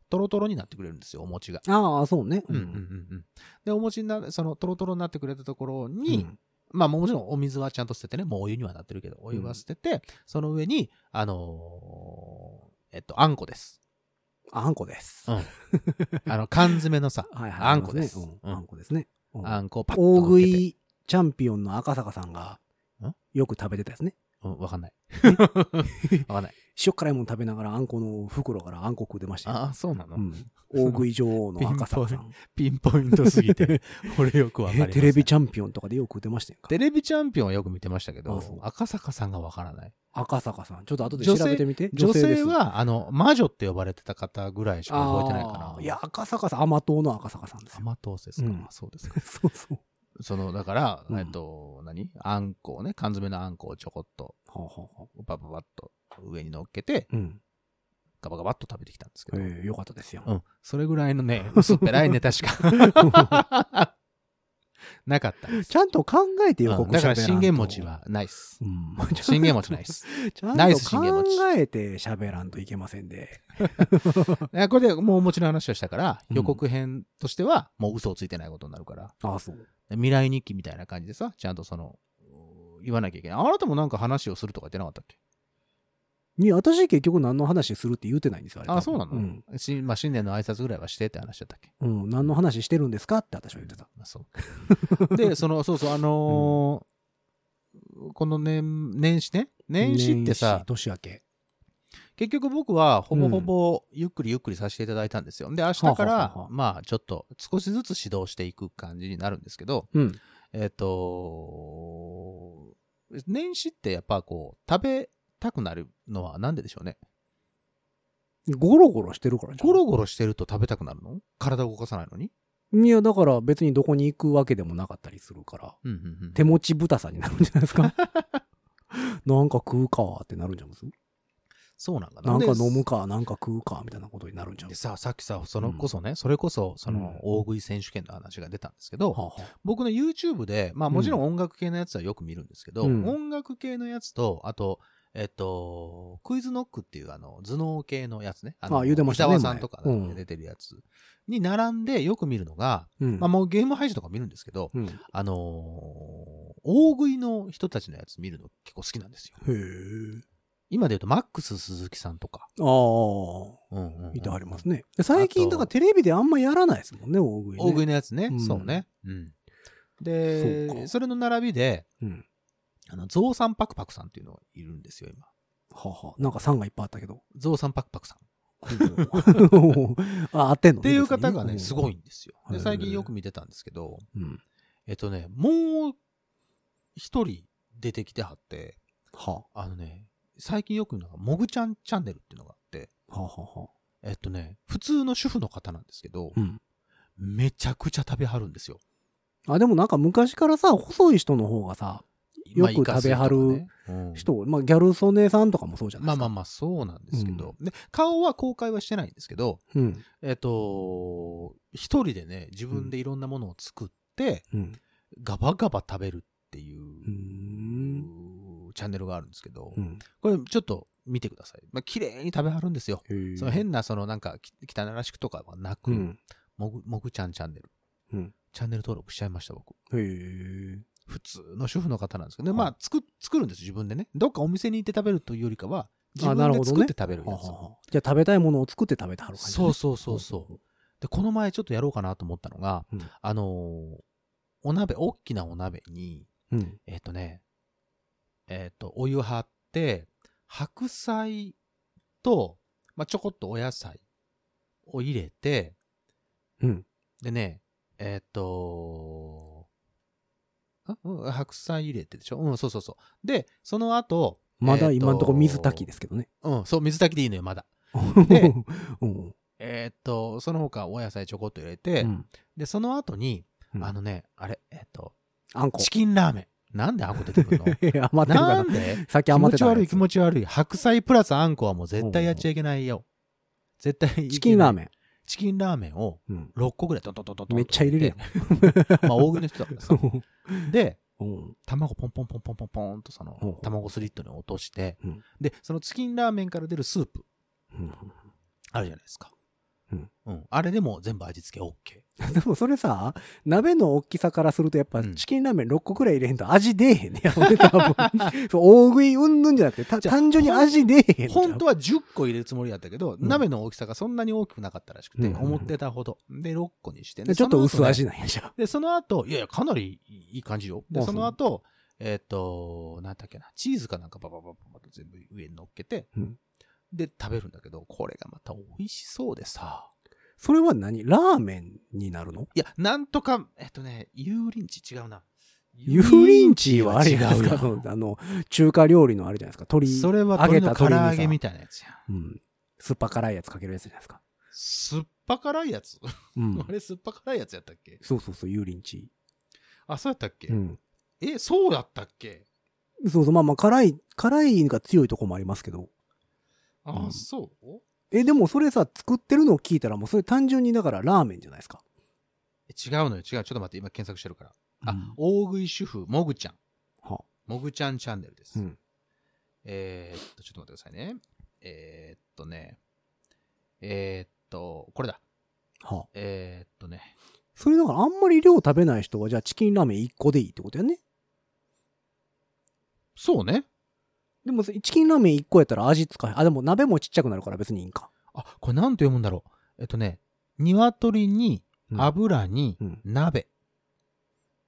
Speaker 3: トロトロになってくれるんですよ、お餅が。
Speaker 2: ああ、そうね。
Speaker 3: うんうんうんうん。で、お餅にな、その、トロトロになってくれたところ
Speaker 2: うん
Speaker 3: に、まあもちろんお水はちゃんと捨ててね、もうお湯にはなってるけど、お湯は捨てて、その上に、あのーえっと、あんこです。
Speaker 2: あんこです。、
Speaker 3: うん あの、缶詰のさ
Speaker 2: はいはい。
Speaker 3: あんこです
Speaker 2: うん
Speaker 3: うん
Speaker 2: あんこですね。うん
Speaker 3: あんこをパッと
Speaker 2: 大
Speaker 3: 乗っ
Speaker 2: 食
Speaker 3: けて。
Speaker 2: いチャンピオンの赤坂さんが
Speaker 3: ん
Speaker 2: よく食べてたやつね。
Speaker 3: うん、わか んない。わかんない。
Speaker 2: 塩辛いもん食べながらあんこの袋からあんこ食うてましたよ。
Speaker 3: ああ、そうなの、
Speaker 2: うん、大食い女王の赤坂さん。
Speaker 3: ピンポイントすぎ て、俺よくわかり
Speaker 2: え
Speaker 3: ません
Speaker 2: テレビチャンピオンとかでよく出ましたやんか
Speaker 3: テレビチャンピオンはよく見てましたけ
Speaker 2: あ
Speaker 3: ど
Speaker 2: そう、
Speaker 3: 赤坂さんがわからない。
Speaker 2: 赤坂さん。ちょっと後で調べてみて。
Speaker 3: 女
Speaker 2: です
Speaker 3: 性は、あの、魔女って呼ばれてた方ぐらいしか覚えてないか
Speaker 2: あ
Speaker 3: な。
Speaker 2: ーいや、赤坂さん、甘党の赤坂さんですよ。
Speaker 3: 甘党ですか、
Speaker 2: うん
Speaker 3: そうですか
Speaker 2: そうそう。
Speaker 3: そのだから、
Speaker 2: うん
Speaker 3: えっと何あんこをね缶詰のあんこをちょこっと
Speaker 2: はあはあは
Speaker 3: バババッと上に乗っけて
Speaker 2: あうん。
Speaker 3: ガバガバッと食べてきたんですけ
Speaker 2: え
Speaker 3: ど、
Speaker 2: ーよかったですよ。
Speaker 3: うん、それぐらいのね薄っぺらいネタしか なかったです
Speaker 2: ちゃんと考えて予
Speaker 3: うん
Speaker 2: 告
Speaker 3: だから
Speaker 2: 喋らんと
Speaker 3: 信玄餅は。ないっす
Speaker 2: うん。
Speaker 3: 信玄餅ないっす
Speaker 2: ちゃん
Speaker 3: ナイ
Speaker 2: と
Speaker 3: ス信玄
Speaker 2: 考
Speaker 3: 餅
Speaker 2: えて喋らんといけませんで。
Speaker 3: いやこれでもうお餅の話をしたから
Speaker 2: うん
Speaker 3: 予告編としてはもう嘘をついてないことになるから、
Speaker 2: ああ、そう。
Speaker 3: 未来日記みたいな感じでさちゃんとその言わなきゃいけないあなたもなんか話をするとか言ってなかったっけ
Speaker 2: に、私結局何の話するって言うてないんですよ、あれ。
Speaker 3: あ、そうなの、
Speaker 2: うん。
Speaker 3: しまあ、新年の挨拶ぐらいはしてって話だったっけ
Speaker 2: うん何の話してるんですかって私は言ってた。
Speaker 3: まあ、 そう。で、その、そうそう、あのーこの年、年始ね。年始ってさ、
Speaker 2: 年始年明け。
Speaker 3: 結局僕はほぼほぼゆっくりゆっくりさせていただいたんですよ。で、明日か
Speaker 2: はあは
Speaker 3: ら
Speaker 2: あはあ、
Speaker 3: まあ、ちょっと少しずつ指導していく感じになるんですけど、
Speaker 2: うん。
Speaker 3: えっ、と年始ってやっぱこう、食べたくなるのはなんででしょうね。
Speaker 2: ゴロゴロしてるからじゃん
Speaker 3: ゴロゴロしてると食べたくなるの体を動かさないのに
Speaker 2: いや、だから別にどこに行くわけでもなかったりするから、
Speaker 3: うんうんうん。
Speaker 2: 手持ち豚さになるんじゃないです か。なんか食うかってなるんじゃんす
Speaker 3: そうなんかな。
Speaker 2: なんか
Speaker 3: で
Speaker 2: 飲むか、なんか食うかみたいなことになるんじゃん
Speaker 3: ですさ、さっきさ、そのこそね、それこそ、そ
Speaker 2: うん
Speaker 3: の、大食い選手権の話が出たんですけど、
Speaker 2: はあはあ
Speaker 3: 僕の YouTube で、まあもちろん音楽系のやつはよく見るんですけど、
Speaker 2: うん
Speaker 3: 音楽系のやつと、あと、えっと、クイズノックっていうあの、頭脳系のやつね。の
Speaker 2: あ言うてましたね
Speaker 3: 伊沢さんとか
Speaker 2: 前うん
Speaker 3: 出てるやつに並んでよく見るのが、
Speaker 2: うん
Speaker 3: まあもうゲーム配信とか見るんですけど、
Speaker 2: うん
Speaker 3: あのー大食いの人たちのやつ見るの結構好きなんです
Speaker 2: へ
Speaker 3: よ。
Speaker 2: え。
Speaker 3: 今で言うと、マックス鈴木さんとか。
Speaker 2: ああ。
Speaker 3: うんうんうん
Speaker 2: 見てありますね。で最近、だからテレビであんまやらないですもんね、大食い、ね。
Speaker 3: 大食いのやつね。
Speaker 2: うん
Speaker 3: そうね。うん。
Speaker 2: そう
Speaker 3: で、
Speaker 2: か
Speaker 3: それの並びで、
Speaker 2: うん。
Speaker 3: あの、ゾウさんパクパクさんっていうのがいるんですよ、今。
Speaker 2: はあはあなんか3がいっぱいあったけど。
Speaker 3: ゾウさんパクパクさん。
Speaker 2: あ、合ってんの
Speaker 3: っていう方がね、すごい
Speaker 2: い。
Speaker 3: んですよ。で、
Speaker 2: へー
Speaker 3: 最近よく見てたんですけど、
Speaker 2: うん。
Speaker 3: えっとね、もう一人出てきてはって、
Speaker 2: は
Speaker 3: あのね、最近よく見るのが、モグちゃんチャンネルっていうのがあって、
Speaker 2: あ。はあはあはあ。
Speaker 3: えっとね、普通の主婦の方なんですけど、
Speaker 2: うん。
Speaker 3: めちゃくちゃ食べはるんですよ。
Speaker 2: あ、でもなんか昔からさ、細い人の方がさ、よく
Speaker 3: まあイカスミとかねうん
Speaker 2: 人を、まあギャル曽根さんとかもそうじゃないで
Speaker 3: まあ
Speaker 2: すか。
Speaker 3: まあまあ、そうなんですけど、で、顔は公開はしてないんですけど、
Speaker 2: あ。うん。
Speaker 3: えっと、一人でね、自分でいろんなものを作って、
Speaker 2: うん。
Speaker 3: ガバガバ食べるっていうう、
Speaker 2: ん。
Speaker 3: チャンネルがあるんですけど、
Speaker 2: うん。
Speaker 3: これちょっと見てください。まあ、綺麗に食べはるんですよ。
Speaker 2: へえ
Speaker 3: その変な、そのなんか、き汚らしくとかはなく、
Speaker 2: うん。
Speaker 3: もぐ、もぐちゃんチャンネル。
Speaker 2: うん
Speaker 3: チャンネル登録しちゃいました、僕。
Speaker 2: へえ。
Speaker 3: 普通の主婦の方なんですけど、
Speaker 2: はい
Speaker 3: まあ、作、作るんです、自分でね。どっかお店に行って食べるというよりかは、自
Speaker 2: あなる
Speaker 3: 分で
Speaker 2: ほど
Speaker 3: 作っ
Speaker 2: ね
Speaker 3: て食べる
Speaker 2: はあ
Speaker 3: やつ。
Speaker 2: はあはあじゃあ食べたいものを作って食べてはる感じだね、
Speaker 3: そうそうそうそう。で、この前ちょっとやろうかなと思ったのが、
Speaker 2: うん
Speaker 3: あのーお鍋、大きなお鍋に、
Speaker 2: う。うん。
Speaker 3: えっ、とね、えっ、と、お湯張って、白菜と、まあ、ちょこっとお野菜を入れて、
Speaker 2: うん。
Speaker 3: でね、えっ、とあうん白菜入れてでしょうん、そうそうそう。で、その後、
Speaker 2: まだ
Speaker 3: えーと
Speaker 2: 今んとこ水炊きですけどね。
Speaker 3: うん、そう、水炊きでいいのよ、まだ。
Speaker 2: で
Speaker 3: で、
Speaker 2: うん。
Speaker 3: えっ、と、その他お野菜ちょこっと入れて、
Speaker 2: うん
Speaker 3: で、その後に、
Speaker 2: うん
Speaker 3: あのね、あれ、えっ、と、
Speaker 2: あんこ。
Speaker 3: チキンラーメン。なんであんこ出てくる の
Speaker 2: 余ってるか
Speaker 3: な
Speaker 2: ら
Speaker 3: ん。で
Speaker 2: さっき
Speaker 3: 気
Speaker 2: 余っ
Speaker 3: 持
Speaker 2: て
Speaker 3: ち
Speaker 2: たやつ。
Speaker 3: 悪い気持ち悪い。白菜プラスあんこはもう絶対やっちゃいけないよ。絶対いけない
Speaker 2: チキンラーメン。
Speaker 3: チキンラーメンを
Speaker 2: うん。
Speaker 3: 6個ぐらいドンドンドンドンドン
Speaker 2: めっちゃ入れるやん
Speaker 3: 入れてまあ大食いの人だからさ。で、
Speaker 2: うん。
Speaker 3: 卵ポンポンポンポンポンポンとそ
Speaker 2: ほうほ
Speaker 3: の
Speaker 2: う
Speaker 3: 卵スリットに落として
Speaker 2: うん、
Speaker 3: で、そのチキンラーメンから出るスープあるじゃないですか。
Speaker 2: うん
Speaker 3: うん。あれでも全部味付け OK。
Speaker 2: でもそれさ、鍋の大きさからするとやっぱ
Speaker 3: うん
Speaker 2: チキンラーメン6個くらい入れへんと味出えへんねや ろね、多分。そう大食いうんぬんじゃなくて、た
Speaker 3: じゃあ
Speaker 2: 単純に味出えへんのちゃう。
Speaker 3: 本当は10個入れるつもりだったけど、
Speaker 2: うん
Speaker 3: 鍋の大きさがそんなに大きくなかったらしくて、
Speaker 2: うん
Speaker 3: 思ってたほど。で、6個にして、ね、
Speaker 2: でちょっと
Speaker 3: その
Speaker 2: 薄
Speaker 3: 後ね
Speaker 2: 味なんやじゃあ
Speaker 3: で、その後、いやいや、かなりいい感じよ。で、
Speaker 2: あ
Speaker 3: その
Speaker 2: そう
Speaker 3: 後、えっ、と、なんだっけな、チーズかなんかバババババと全部上に乗っけて、
Speaker 2: うん
Speaker 3: で、食べるんだけど、これがまた美味しそうでさ。
Speaker 2: それは何ラーメンになるの
Speaker 3: いや、なんとか、えっ、とね、油淋鶏違うな。
Speaker 2: ユーリンチーはあれじゃないですか。
Speaker 3: 違う よ
Speaker 2: そうあの、中華料理のあれじゃないですか。鶏。
Speaker 3: それは鶏の唐揚げみ
Speaker 2: た
Speaker 3: たいなやつやん。
Speaker 2: いな。うん。酸っぱ辛いやつかけるやつじゃないですか。
Speaker 3: 酸っぱ辛いやつ
Speaker 2: うん
Speaker 3: あ。れ酸っぱ辛いやつやったっけ
Speaker 2: そうそうそう、ユーリンチ
Speaker 3: あ、そうやったっけ、
Speaker 2: ー。うん。
Speaker 3: え、そうやったっけ
Speaker 2: そうそう、まあまあ、辛い、辛いが強いとこもありますけど。
Speaker 3: あ、
Speaker 2: うん
Speaker 3: そう
Speaker 2: え、でもそれさ、作ってるのを聞いたら、もうそれ単純にだからラーメンじゃないですか。
Speaker 3: え違うのよ、違う。ちょっと待って、今検索してるから。あ、大食い主婦、もぐちゃん。
Speaker 2: は
Speaker 3: もぐちゃんチャンネルです。
Speaker 2: うん
Speaker 3: えーっと、ちょっと待ってくださいね。えーっとね。えーっと、これだ。
Speaker 2: は
Speaker 3: えーっとね。
Speaker 2: それだからあんまり量食べない人は、じゃあチキンラーメン1個でいいってことやね。
Speaker 3: そうね。
Speaker 2: でも、チキンラーメン1個やったら味使え。あ、でも鍋もちっちゃくなるから別にいいんか。
Speaker 3: あ、これなんて読むんだろう。えっとね、鶏に
Speaker 2: うん
Speaker 3: 油に
Speaker 2: うん
Speaker 3: 鍋。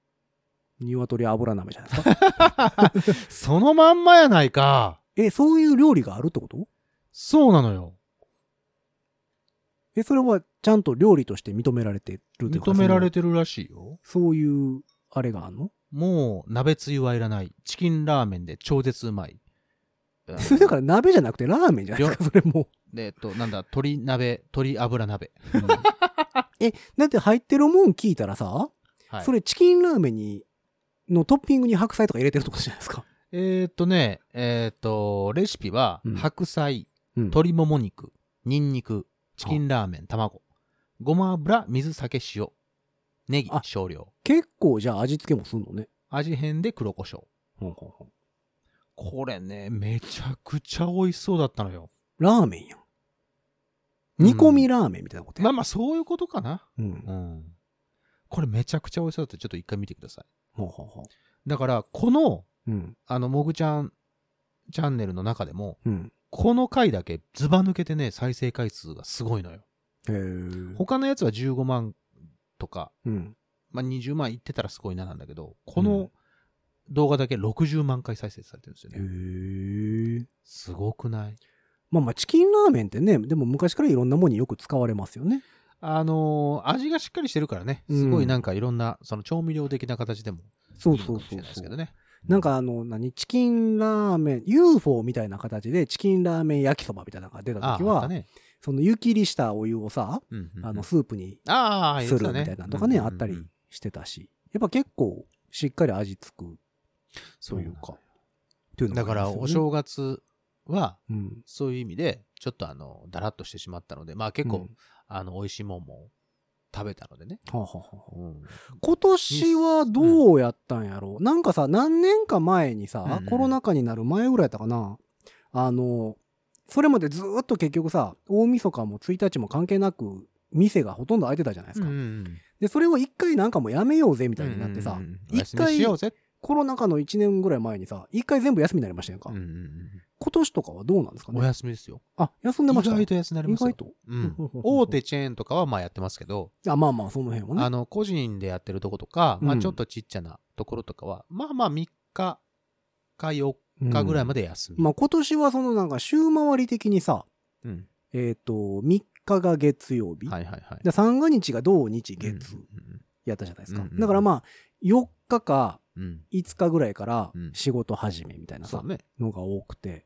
Speaker 2: 鶏油鍋じゃないですか。
Speaker 3: そのまんまやないか。
Speaker 2: え、そういう料理があるってこと
Speaker 3: そうなのよ。
Speaker 2: え、それはちゃんと料理として認められてるってこと
Speaker 3: 認められ
Speaker 2: て
Speaker 3: てるらしいよ。
Speaker 2: そういう、あれがあんの
Speaker 3: もう鍋つゆはいらない。チキンラーメンで超絶う まい。うん
Speaker 2: それだから鍋じゃなくてラーメンじゃないですか、それも
Speaker 3: でえっと、なんだ、鶏鍋、鶏油鍋。
Speaker 2: う。え、だって入ってるもん聞いたらさ、
Speaker 3: はい、
Speaker 2: それチキンラーメンに、のトッピングに白菜とか入れてるってことじゃないですか。
Speaker 3: えーっとね、えーっと、レシピは
Speaker 2: うん、
Speaker 3: 白菜、
Speaker 2: うん
Speaker 3: 鶏もも肉、ニンニク、チキンラーメン、卵、ごま油、水、酒、塩、ネギ
Speaker 2: あ、
Speaker 3: 少量、
Speaker 2: 結構じゃあ味付けもすんのね。
Speaker 3: 味変で黒胡椒。これね、めちゃくちゃ美味しそうだったのよ。
Speaker 2: ラーメンやん。煮込みラーメンみたいなことや
Speaker 3: まあまあ、そういうことかな。
Speaker 2: うん。
Speaker 3: うん。これめちゃくちゃ美味しそうだった。ちょっと一回見てくださ
Speaker 2: ほうほうほ
Speaker 3: い。だから、この、
Speaker 2: う。うん。
Speaker 3: あの、もぐちゃんチャンネルの中でも、
Speaker 2: うん。
Speaker 3: この回だけズバ抜けてね、再生回数がすごいのよ。
Speaker 2: へー
Speaker 3: 他のやつは15万とか、
Speaker 2: うん。
Speaker 3: まあ、20万いってたらすごいななんだけど、こ
Speaker 2: う
Speaker 3: の
Speaker 2: ん
Speaker 3: 動画だけ60万回再生されてるんですよ
Speaker 2: へ
Speaker 3: ね。
Speaker 2: ー
Speaker 3: すごくない
Speaker 2: まあまあ、チキンラーメンってね、でも昔からいろんなものによく使われますよね。
Speaker 3: あのー味がしっかりしてるからね、
Speaker 2: うん
Speaker 3: すごいなんかいろんな、その調味料的な形でもい
Speaker 2: そ
Speaker 3: いうのか
Speaker 2: そう
Speaker 3: もし
Speaker 2: そ
Speaker 3: れ
Speaker 2: う
Speaker 3: ないです
Speaker 2: そ
Speaker 3: けど
Speaker 2: う。
Speaker 3: ね。
Speaker 2: なんかあの、何チキンラーメン、UFO みたいな形でチキンラーメン焼きそばみたいなのが出た
Speaker 3: あ
Speaker 2: 時
Speaker 3: あった
Speaker 2: は、
Speaker 3: ね。
Speaker 2: その湯切りしたお湯をさ、
Speaker 3: うんうんうん
Speaker 2: あの、スープに
Speaker 3: ああ、
Speaker 2: するみたいなのとかね、
Speaker 3: や
Speaker 2: あ
Speaker 3: つだ
Speaker 2: った
Speaker 3: うんうん
Speaker 2: り
Speaker 3: うん
Speaker 2: してたし、やっぱ結構しっかり味つく
Speaker 3: そういうか。
Speaker 2: というの
Speaker 3: だ
Speaker 2: が
Speaker 3: か
Speaker 2: あ
Speaker 3: ら、
Speaker 2: り
Speaker 3: お
Speaker 2: ますよね
Speaker 3: 正月は、
Speaker 2: うん
Speaker 3: そういう意味で、ちょっとあの、だらっとしてしまったので、まあ結構、
Speaker 2: うん
Speaker 3: あの、美味しいもんも食べたのでね。
Speaker 2: はあはあはあ今年はどうやったんやろう、なんかさ何年か前にさ、
Speaker 3: うんうん
Speaker 2: コロナ禍になる前ぐらいやったかなあのそれまでずーっと結局さ大晦日も1日も関係なく店がほとんど開いてたじゃないですか、
Speaker 3: うん
Speaker 2: でそれを一回なんかもうやめようぜみたいになってさ、
Speaker 3: うんうん
Speaker 2: 一
Speaker 3: うんお休
Speaker 2: 回
Speaker 3: みしようぜ。
Speaker 2: コロナ禍の1年ぐらい前にさ一回全部休みになりましたやんか、
Speaker 3: うんうん
Speaker 2: 今年とかはどうなんですか
Speaker 3: うんお
Speaker 2: ね
Speaker 3: 休みですよ。
Speaker 2: あ休ん
Speaker 3: 意
Speaker 2: でました
Speaker 3: 外と休みになり
Speaker 2: 意
Speaker 3: ますよ
Speaker 2: 外。と
Speaker 3: うん
Speaker 2: うん
Speaker 3: 大手チェーンとかはまあやってますけど、
Speaker 2: あまあまあその辺はね
Speaker 3: あの、個人でやってるとことか、ま
Speaker 2: う
Speaker 3: あ
Speaker 2: ん
Speaker 3: ちょっとちっちゃなところとかは、まあまあ3日か4日ぐらいまで休み。
Speaker 2: まあ今年はそのなんか週回り的にさ、
Speaker 3: うん
Speaker 2: えっ、と、3日が月曜日。
Speaker 3: はいはいはい。
Speaker 2: で三が日が土日
Speaker 3: う
Speaker 2: 月
Speaker 3: ん
Speaker 2: やったじゃないですか。
Speaker 3: うんうんうん
Speaker 2: だからまあ、4日か
Speaker 3: うんうん。
Speaker 2: 5日ぐらいから
Speaker 3: うん
Speaker 2: 仕事始めみたいな
Speaker 3: そ
Speaker 2: さ、
Speaker 3: うね。
Speaker 2: のが多くて。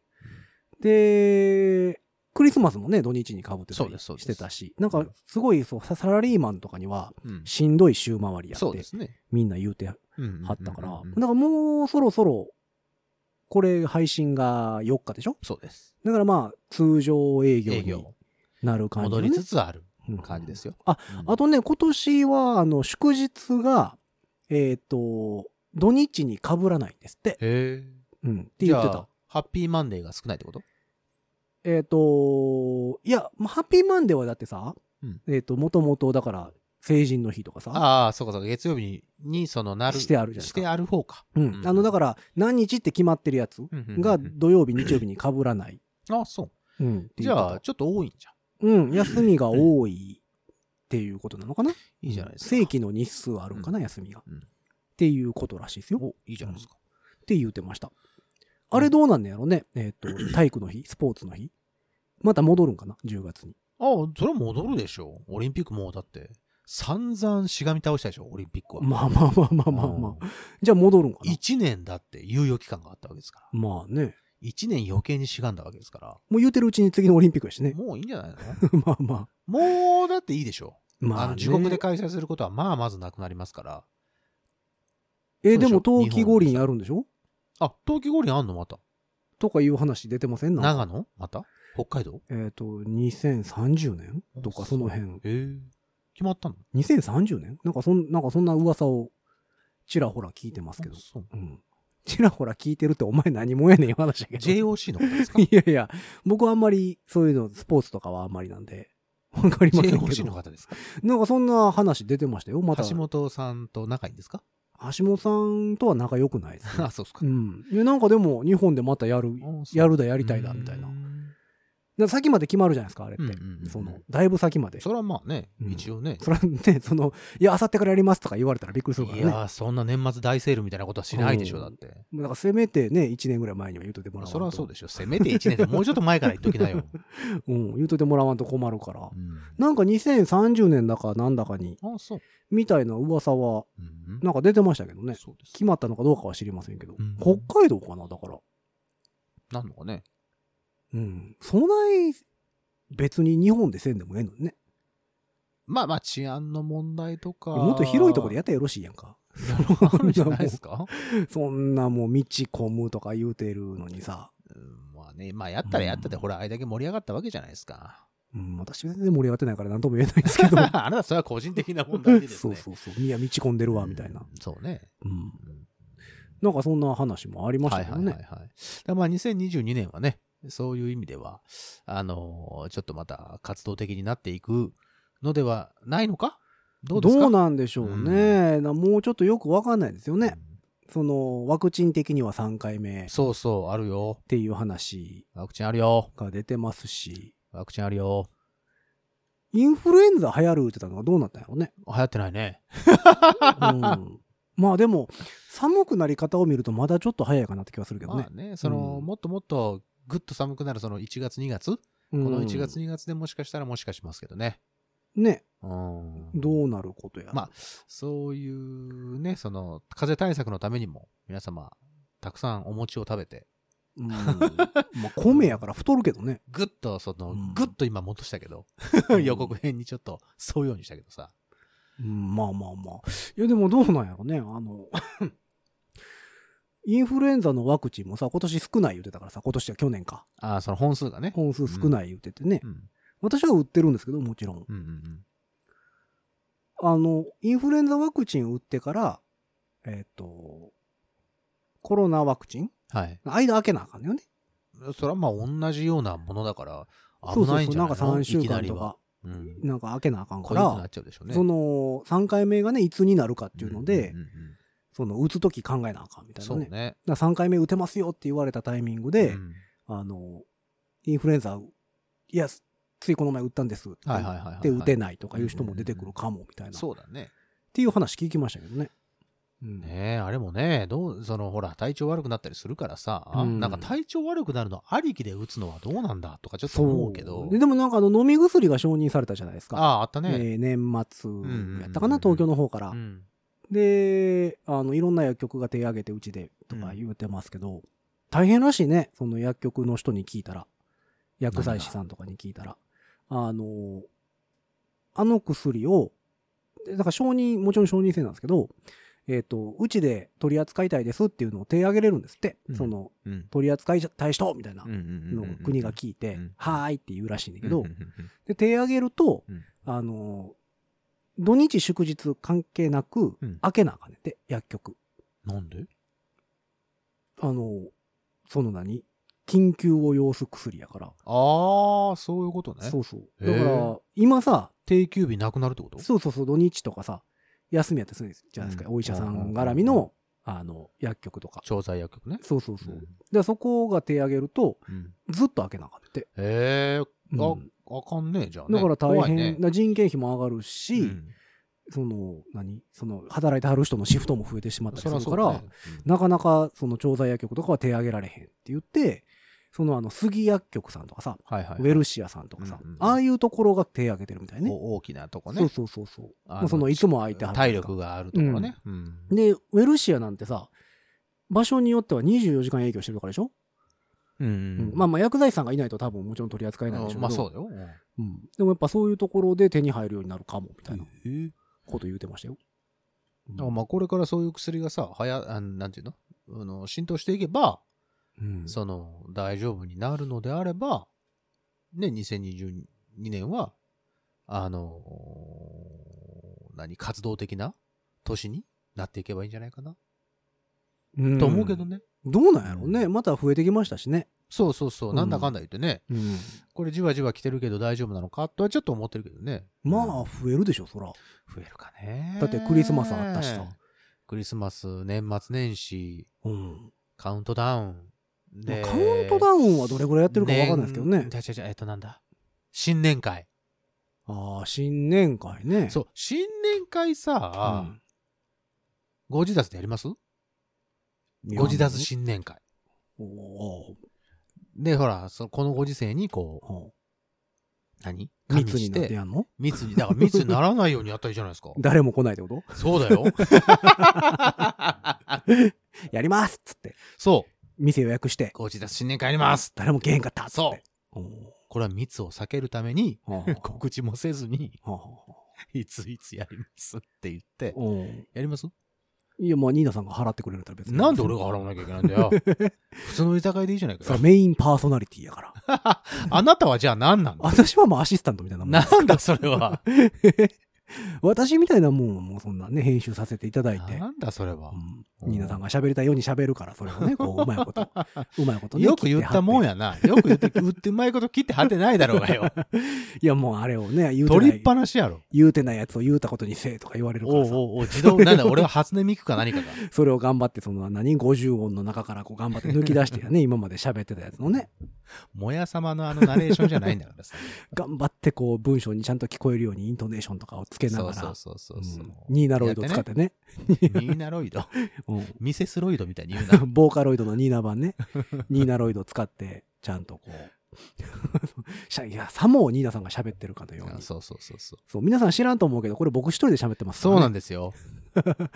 Speaker 2: で、クリスマスもね、土日にかぶってた
Speaker 3: そう
Speaker 2: り
Speaker 3: ですそう
Speaker 2: し
Speaker 3: です
Speaker 2: てたし、なんかすごいそうササラリーマンとかには
Speaker 3: うん
Speaker 2: しんどい週回りや
Speaker 3: そ
Speaker 2: っ
Speaker 3: うで
Speaker 2: て
Speaker 3: すね。
Speaker 2: みんな言うては
Speaker 3: は
Speaker 2: ったから、
Speaker 3: うんうんうん
Speaker 2: だからもうそろそろこれ配信が4日でしょ
Speaker 3: そうです。
Speaker 2: だからまあ、通常営業
Speaker 3: 営
Speaker 2: に
Speaker 3: 業。
Speaker 2: なる感じ、ね、
Speaker 3: 戻りつつある
Speaker 2: うん
Speaker 3: 感じですよ。
Speaker 2: あ
Speaker 3: うん、
Speaker 2: あとね、今年は、あの、祝日が、えっ、と、土日に被らないんですって。
Speaker 3: へえ。
Speaker 2: うん。って言って
Speaker 3: じゃ
Speaker 2: た
Speaker 3: あ。。ハッピーマンデーが少ないってこと
Speaker 2: えっ、と、いや、まあハッピーマンデーはだってさ、
Speaker 3: うん
Speaker 2: えっ、と、もともと、だから、成人の日とかさ、
Speaker 3: ああ、そうかそうか。月曜日に、その、なる。
Speaker 2: してあるじゃないです
Speaker 3: し
Speaker 2: か
Speaker 3: てある方か。
Speaker 2: うん
Speaker 3: うん
Speaker 2: あの、だから、何日って決まってるやつが、土曜日、日曜日に被らない。
Speaker 3: あそう。
Speaker 2: うんって言ってた
Speaker 3: じゃあ、ちょっと多いんじゃ
Speaker 2: うん、休みが多いっていうことなのかな。
Speaker 3: ん。いいじゃないですか。
Speaker 2: 正規の日数あるんかな、休みが、
Speaker 3: うん
Speaker 2: っていうことらしいですよ。
Speaker 3: お、いいじゃないですか。
Speaker 2: って言うてました。あれどうなんねやろね。えっ、 と、体育の日、スポーツの日。また戻るんかな ?10 月に。
Speaker 3: ああ、それは戻るでしょ。オリンピックもうだって、散々しがみ倒したでしょ、オリンピックは。
Speaker 2: まあまあまあまあまあまあ。
Speaker 3: あ。
Speaker 2: じゃあ戻るんかな
Speaker 3: 1年だって猶予期間があったわけですから。
Speaker 2: まあね。
Speaker 3: 1年余計にしがんだわけですから。
Speaker 2: もう言うてるうちに次のオリンピックやしね。
Speaker 3: もういいんじ ゃないの
Speaker 2: まあまあ。
Speaker 3: もうだっていいでしょ。
Speaker 2: ま
Speaker 3: あ
Speaker 2: あ、
Speaker 3: の
Speaker 2: ね。
Speaker 3: 地獄で開催することはまあまずなくなりますから。
Speaker 2: え、で
Speaker 3: どうでしょ
Speaker 2: も
Speaker 3: う
Speaker 2: 冬季五輪やるんでしょ
Speaker 3: あ、冬季五輪あんのまた。
Speaker 2: とかいう話出てませんなんか
Speaker 3: 長野また北海道
Speaker 2: えっ、と、2030年とかその辺
Speaker 3: へ。え決まったの
Speaker 2: 2030年なんかそん、なんかそんな噂をちらほら聞いてますけど
Speaker 3: あ。そう
Speaker 2: うん。ちらほら聞いてるってお前何もやねんいう話やけど。
Speaker 3: JOC のこと です か
Speaker 2: いやいや、僕はあんまり、そういうの、スポーツとかはあんまりなんで、 わかりません
Speaker 3: JOC
Speaker 2: け
Speaker 3: の
Speaker 2: ど。
Speaker 3: 方ですか
Speaker 2: なんかそんな話出てましたよ、また。
Speaker 3: 橋本さんと仲いいんですか
Speaker 2: 橋本さんとは仲良くないですね
Speaker 3: あ、 そうっすか
Speaker 2: う。んでなんかでも日本でまたやる
Speaker 3: あそう
Speaker 2: やるだやりたいだみたいな
Speaker 3: う
Speaker 2: だか
Speaker 3: ん
Speaker 2: ら先まで決まるじゃないですかあれって、
Speaker 3: うんうんうん
Speaker 2: そのだいぶ先まで
Speaker 3: それはまあね、
Speaker 2: うん
Speaker 3: 一応ね。
Speaker 2: それはねそのいやあさってからやりますとか言われたらびっくりするから
Speaker 3: い
Speaker 2: ね
Speaker 3: やー、そんな年末大セールみたいなことはしないでし
Speaker 2: う
Speaker 3: ょ、
Speaker 2: ん
Speaker 3: だって。
Speaker 2: もうだからせめてね1年ぐらい前には言うといてもらわんと
Speaker 3: それはそうでしょ。せめて1年でもうちょっと前から言っとき なよ。
Speaker 2: うん、言うといてもらわんと困るから、
Speaker 3: うん
Speaker 2: なんか2030年だかなんだかに
Speaker 3: あ、そう。
Speaker 2: みたいな噂は
Speaker 3: うん
Speaker 2: なんか出てましたけどね
Speaker 3: そうです。
Speaker 2: 決まったのかどうかは知りませんけど、
Speaker 3: うん
Speaker 2: 北海道かなだから
Speaker 3: なんのかね。
Speaker 2: うんそない別に日本でせんでもええのにね
Speaker 3: まあまあ、治安の問題とか。
Speaker 2: もっと広いところでやったらよろしいやんか
Speaker 3: あるん じゃないですか
Speaker 2: そんなもう道混むとか言うてるのにさ、
Speaker 3: うんまあね、まあやったらやったで、ほら、あれだけ盛り上がったわけじゃないですか。
Speaker 2: うん、私は全然盛り上がってないから何とも言えないですけど
Speaker 3: あなた、それは個人的な問題でです
Speaker 2: そう
Speaker 3: ね。
Speaker 2: そうそういや道混んでるわみたいな
Speaker 3: う、ん。そうね。
Speaker 2: うん
Speaker 3: うん
Speaker 2: なんかそんな話もありまし
Speaker 3: は
Speaker 2: た
Speaker 3: い
Speaker 2: け
Speaker 3: は
Speaker 2: ど
Speaker 3: いはいは
Speaker 2: ね
Speaker 3: い。だからまあ2022年はね、そういう意味では、あのーちょっとまた活動的になっていくのではないのかどうですか
Speaker 2: どうなんでしょうね、なもうちょっとよくわかんないですよね、そのワクチン的には3回目
Speaker 3: うん
Speaker 2: っ
Speaker 3: そうそう、あるよ。
Speaker 2: ていう話
Speaker 3: ワクチンあるよ。
Speaker 2: が出てますし
Speaker 3: ワクチンあるよ。
Speaker 2: インフルエンザ流行るってたのはどうなったんやろう ね、
Speaker 3: 流行ってないね。
Speaker 2: うん、まあでも寒くなり方を見るとまだちょっと早いかなって気はするけどね
Speaker 3: ま、あね、その、
Speaker 2: うん
Speaker 3: もっともっとぐっと寒くなるその1月2月、
Speaker 2: うん
Speaker 3: この1月2月でもしかしたらもしかしますけどね。
Speaker 2: ね
Speaker 3: うん。
Speaker 2: どうなることやら
Speaker 3: まあ、そういうね、その、風邪対策のためにも、皆様、たくさんお餅を食べて、
Speaker 2: うんまあ米やから太るけど ね。
Speaker 3: ぐっと、その、
Speaker 2: うん
Speaker 3: ぐっと今戻したけど、
Speaker 2: うん
Speaker 3: 予告編にちょっと沿うようにしたけどさ。
Speaker 2: うんまあまあまあ。いやでもどうなんやろね。あの、 インフルエンザのワクチンもさ、今年少ない言うてたからさ、今年は去年か。
Speaker 3: ああ、その本数がね。
Speaker 2: 本数少ない言うててね。
Speaker 3: うん。
Speaker 2: 私は売ってるんですけど、もちろん。
Speaker 3: うんうんうん。
Speaker 2: あの、インフルエンザワクチン打ってから、えっ、と、コロナワクチン
Speaker 3: はい。
Speaker 2: 間開けなあかんのよね。
Speaker 3: それはまあ同じようなものだから、
Speaker 2: そう
Speaker 3: 危
Speaker 2: そ
Speaker 3: な
Speaker 2: う
Speaker 3: いん
Speaker 2: そう。
Speaker 3: じゃ
Speaker 2: な
Speaker 3: なんい
Speaker 2: か
Speaker 3: の
Speaker 2: 3週間
Speaker 3: いきなり
Speaker 2: と
Speaker 3: は
Speaker 2: か。、
Speaker 3: うん。
Speaker 2: なんか開けなあかんか
Speaker 3: 濃いくな
Speaker 2: ら
Speaker 3: っ、ちゃうでしょうね。
Speaker 2: その3回目がね、いつになるかっていうので
Speaker 3: ん、んうん
Speaker 2: その打つとき考えなあかんみたいな
Speaker 3: そう
Speaker 2: ね。
Speaker 3: ね。
Speaker 2: だ3回目打てますよって言われたタイミングで、
Speaker 3: うん
Speaker 2: あの、インフルエンザ、いや、ついこの前打ったんですって
Speaker 3: はいはいはいはいはい
Speaker 2: で打てないとかいう人も出てくるかもみたいな、っ
Speaker 3: そうだね。
Speaker 2: ていう話聞きましたけどね。うん
Speaker 3: ねえ、あれもね、どう、その、ほら、体調悪くなったりするからさ、
Speaker 2: うん
Speaker 3: なんか体調悪くなるのありきで打つのはどうなんだとかちょっと思うけど
Speaker 2: で。でもなんかあの飲み薬が承認されたじゃないですか。
Speaker 3: ああ、あったね。
Speaker 2: えー年
Speaker 3: んうん
Speaker 2: 末やったかな、東京の方から。
Speaker 3: うん
Speaker 2: で、あの、いろんな薬局が手挙げてうちでとか言うてますけど、大変らしいね、その薬局の人に聞いたら、薬剤師さんとかに聞いたら、あの、あの薬を、でだから承認、もちろん承認制なんですけど、えっ、と、うちで取り扱いたいですっていうのを手挙げれるんですって、
Speaker 3: うん
Speaker 2: その、
Speaker 3: うん。
Speaker 2: 取り扱いたい人みたいな
Speaker 3: うんうんう
Speaker 2: の
Speaker 3: んうん
Speaker 2: を国が聞いて、
Speaker 3: うん
Speaker 2: はーいって言うらしいんだけ
Speaker 3: う
Speaker 2: ど
Speaker 3: んうん、うんうん
Speaker 2: で、手挙げると、
Speaker 3: うん
Speaker 2: あの、土日祝日関係なく
Speaker 3: うん、
Speaker 2: 開けなあかんねんって、薬局。
Speaker 3: なんで
Speaker 2: あの、その何緊急を要す薬やから。
Speaker 3: ああ、そういうことね。
Speaker 2: そうそう。
Speaker 3: へ
Speaker 2: だ
Speaker 3: え
Speaker 2: から、今さ、
Speaker 3: 定休日なくなるってこと
Speaker 2: そうそうそう、土日とかさ、休みやってするじゃないですか。
Speaker 3: うん
Speaker 2: お医者さん絡みの、あの、薬局とか。
Speaker 3: 調剤薬局ね。
Speaker 2: そうそうそう。
Speaker 3: うん
Speaker 2: で、そこが手挙げると、
Speaker 3: うん
Speaker 2: ずっと開けなあかんねんって。
Speaker 3: へえ、あ
Speaker 2: うん
Speaker 3: あかんねえじゃんね。
Speaker 2: だから大
Speaker 3: 怖い
Speaker 2: 変、
Speaker 3: ね
Speaker 2: だから人件費も上がるし、
Speaker 3: うん
Speaker 2: その、何その、働いてはる人のシフトも増えてしまったり
Speaker 3: そ
Speaker 2: す
Speaker 3: りゃ
Speaker 2: る
Speaker 3: そう
Speaker 2: から、
Speaker 3: だね
Speaker 2: なかなかその調剤薬局とかは手挙げられへんって言って、そのあの杉薬局さんとかさ、
Speaker 3: うんはいはい。
Speaker 2: ウェルシアさんとかさ、
Speaker 3: うんうん
Speaker 2: ああいうところが手挙げてるみたいね。
Speaker 3: お大きなとこ
Speaker 2: そう
Speaker 3: ね。
Speaker 2: そうそうそう。
Speaker 3: あの
Speaker 2: まあそのいつも空いてはる
Speaker 3: 体力があるところね。うん
Speaker 2: で、ウェルシアなんてさ、場所によっては24時間営業してるとからでしょ、
Speaker 3: うん
Speaker 2: うんまあまあ薬剤師さんがいないと多分もちろん取り扱えないでしょうけど
Speaker 3: うんまあそうだよ。うん
Speaker 2: うんでもやっぱそういうところで手に入るようになるかもみたいな
Speaker 3: へえ
Speaker 2: こと言うてましたよ。
Speaker 3: だからまあこれからそういう薬がさ、はや、あのなんていうのあの浸透していけば、
Speaker 2: うん
Speaker 3: その、大丈夫になるのであれば、ね、2022年は、あのー何、活動的な年になっていけばいいんじゃないかな、
Speaker 2: うん
Speaker 3: と思うけど。ね。
Speaker 2: どうなんやろうね。また増えてきましたしね。
Speaker 3: そうそうそう、
Speaker 2: うん
Speaker 3: なんだかんだ言ってね、
Speaker 2: うん
Speaker 3: これじわじわ来てるけど大丈夫なのかとはちょっと思ってるけどね。
Speaker 2: まあ
Speaker 3: うん
Speaker 2: 増えるでしょ、そら。
Speaker 3: 増えるかね。
Speaker 2: だってクリスマスあったしさ。
Speaker 3: クリスマス、年末年始、
Speaker 2: うん。
Speaker 3: カウントダウ
Speaker 2: ま
Speaker 3: ン。
Speaker 2: あ
Speaker 3: で
Speaker 2: カウントダウンはどれぐらいやってるかわかんないですけどね
Speaker 3: 年。違う違う違うえっと、なんだ。新年会。
Speaker 2: ああ、新年会ね。
Speaker 3: そう、新年会さ、ご自宅でやります
Speaker 2: うん。
Speaker 3: ご自宅新年会。
Speaker 2: おお
Speaker 3: で、ほら、そこのご時世に、こう、
Speaker 2: お
Speaker 3: 何
Speaker 2: 密
Speaker 3: 密
Speaker 2: に
Speaker 3: に
Speaker 2: なっ
Speaker 3: してて、
Speaker 2: やんの。
Speaker 3: 密に、だから密にならないようにやったらいいじゃないですか
Speaker 2: 誰も来ないってこと
Speaker 3: そうだよ。
Speaker 2: やりますっつって。
Speaker 3: そう。
Speaker 2: 店予約して。
Speaker 3: ご自宅新年会やります。
Speaker 2: 誰も来へんかったっつって。
Speaker 3: そう。
Speaker 2: お
Speaker 3: これは密を避けるために、
Speaker 2: ー。はあはあ
Speaker 3: 告知もせずに、
Speaker 2: はあはあ
Speaker 3: いついつやりますって言って、
Speaker 2: おー
Speaker 3: やります
Speaker 2: いや、まあ、ニーナさんが払ってくれるんだったら別に。
Speaker 3: なんで俺が払わなきゃいけないん だよ。普通の居酒屋でいいじゃない
Speaker 2: そ
Speaker 3: か
Speaker 2: れ
Speaker 3: よ。
Speaker 2: メインパーソナリティやから。
Speaker 3: あなたはじゃあ何なん だ
Speaker 2: 私はもうアシスタントみたいなもん。
Speaker 3: なんだそれは。
Speaker 2: 私みたいなもんはもうそんなね、編集させていただいて。
Speaker 3: なんだそれは。
Speaker 2: うん、ニーナさんが喋りたいように喋るから、それをね、こう、うまいこと。うまいことね。
Speaker 3: よく言ったもん
Speaker 2: や。
Speaker 3: やな。よく言って、売ってうまいこと切ってはてないだろう がよ。
Speaker 2: いや、もうあれをね、言うて
Speaker 3: 取
Speaker 2: な
Speaker 3: りっ
Speaker 2: い、
Speaker 3: ぱなしやろ。
Speaker 2: 言うてないやつを言うたことにせえとか言われるか
Speaker 3: お
Speaker 2: ら
Speaker 3: う
Speaker 2: さ。
Speaker 3: おうおう、自動、なんだ、俺は初音ミクか何かか。
Speaker 2: それを頑張って、その何、50音の中からこう頑張 って抜き出してやね、今まで喋ってたやつのね、
Speaker 3: もや様のあのナレーションじゃないんだからさ。
Speaker 2: 頑張ってこう文章にちゃんと聞こえるようにイントネーションとかをつけな
Speaker 3: そ
Speaker 2: が
Speaker 3: うそ
Speaker 2: ら
Speaker 3: う、そうそうそう。
Speaker 2: うんニーナロイド使ってね、
Speaker 3: ニーナロイ ド。ミセスロイドみたいに言う
Speaker 2: う
Speaker 3: な。
Speaker 2: んボーカロイドのニーナ版ね、 ニーナロイド使って、ちゃんとこう、 しゃいや、さもニーナさんが喋ってるかのよう
Speaker 3: あ
Speaker 2: に。
Speaker 3: そうそうそうそう。
Speaker 2: そう、皆さん知らんと思うけど、これ僕一人で喋ってますから
Speaker 3: そ
Speaker 2: ね、
Speaker 3: うなんですよ。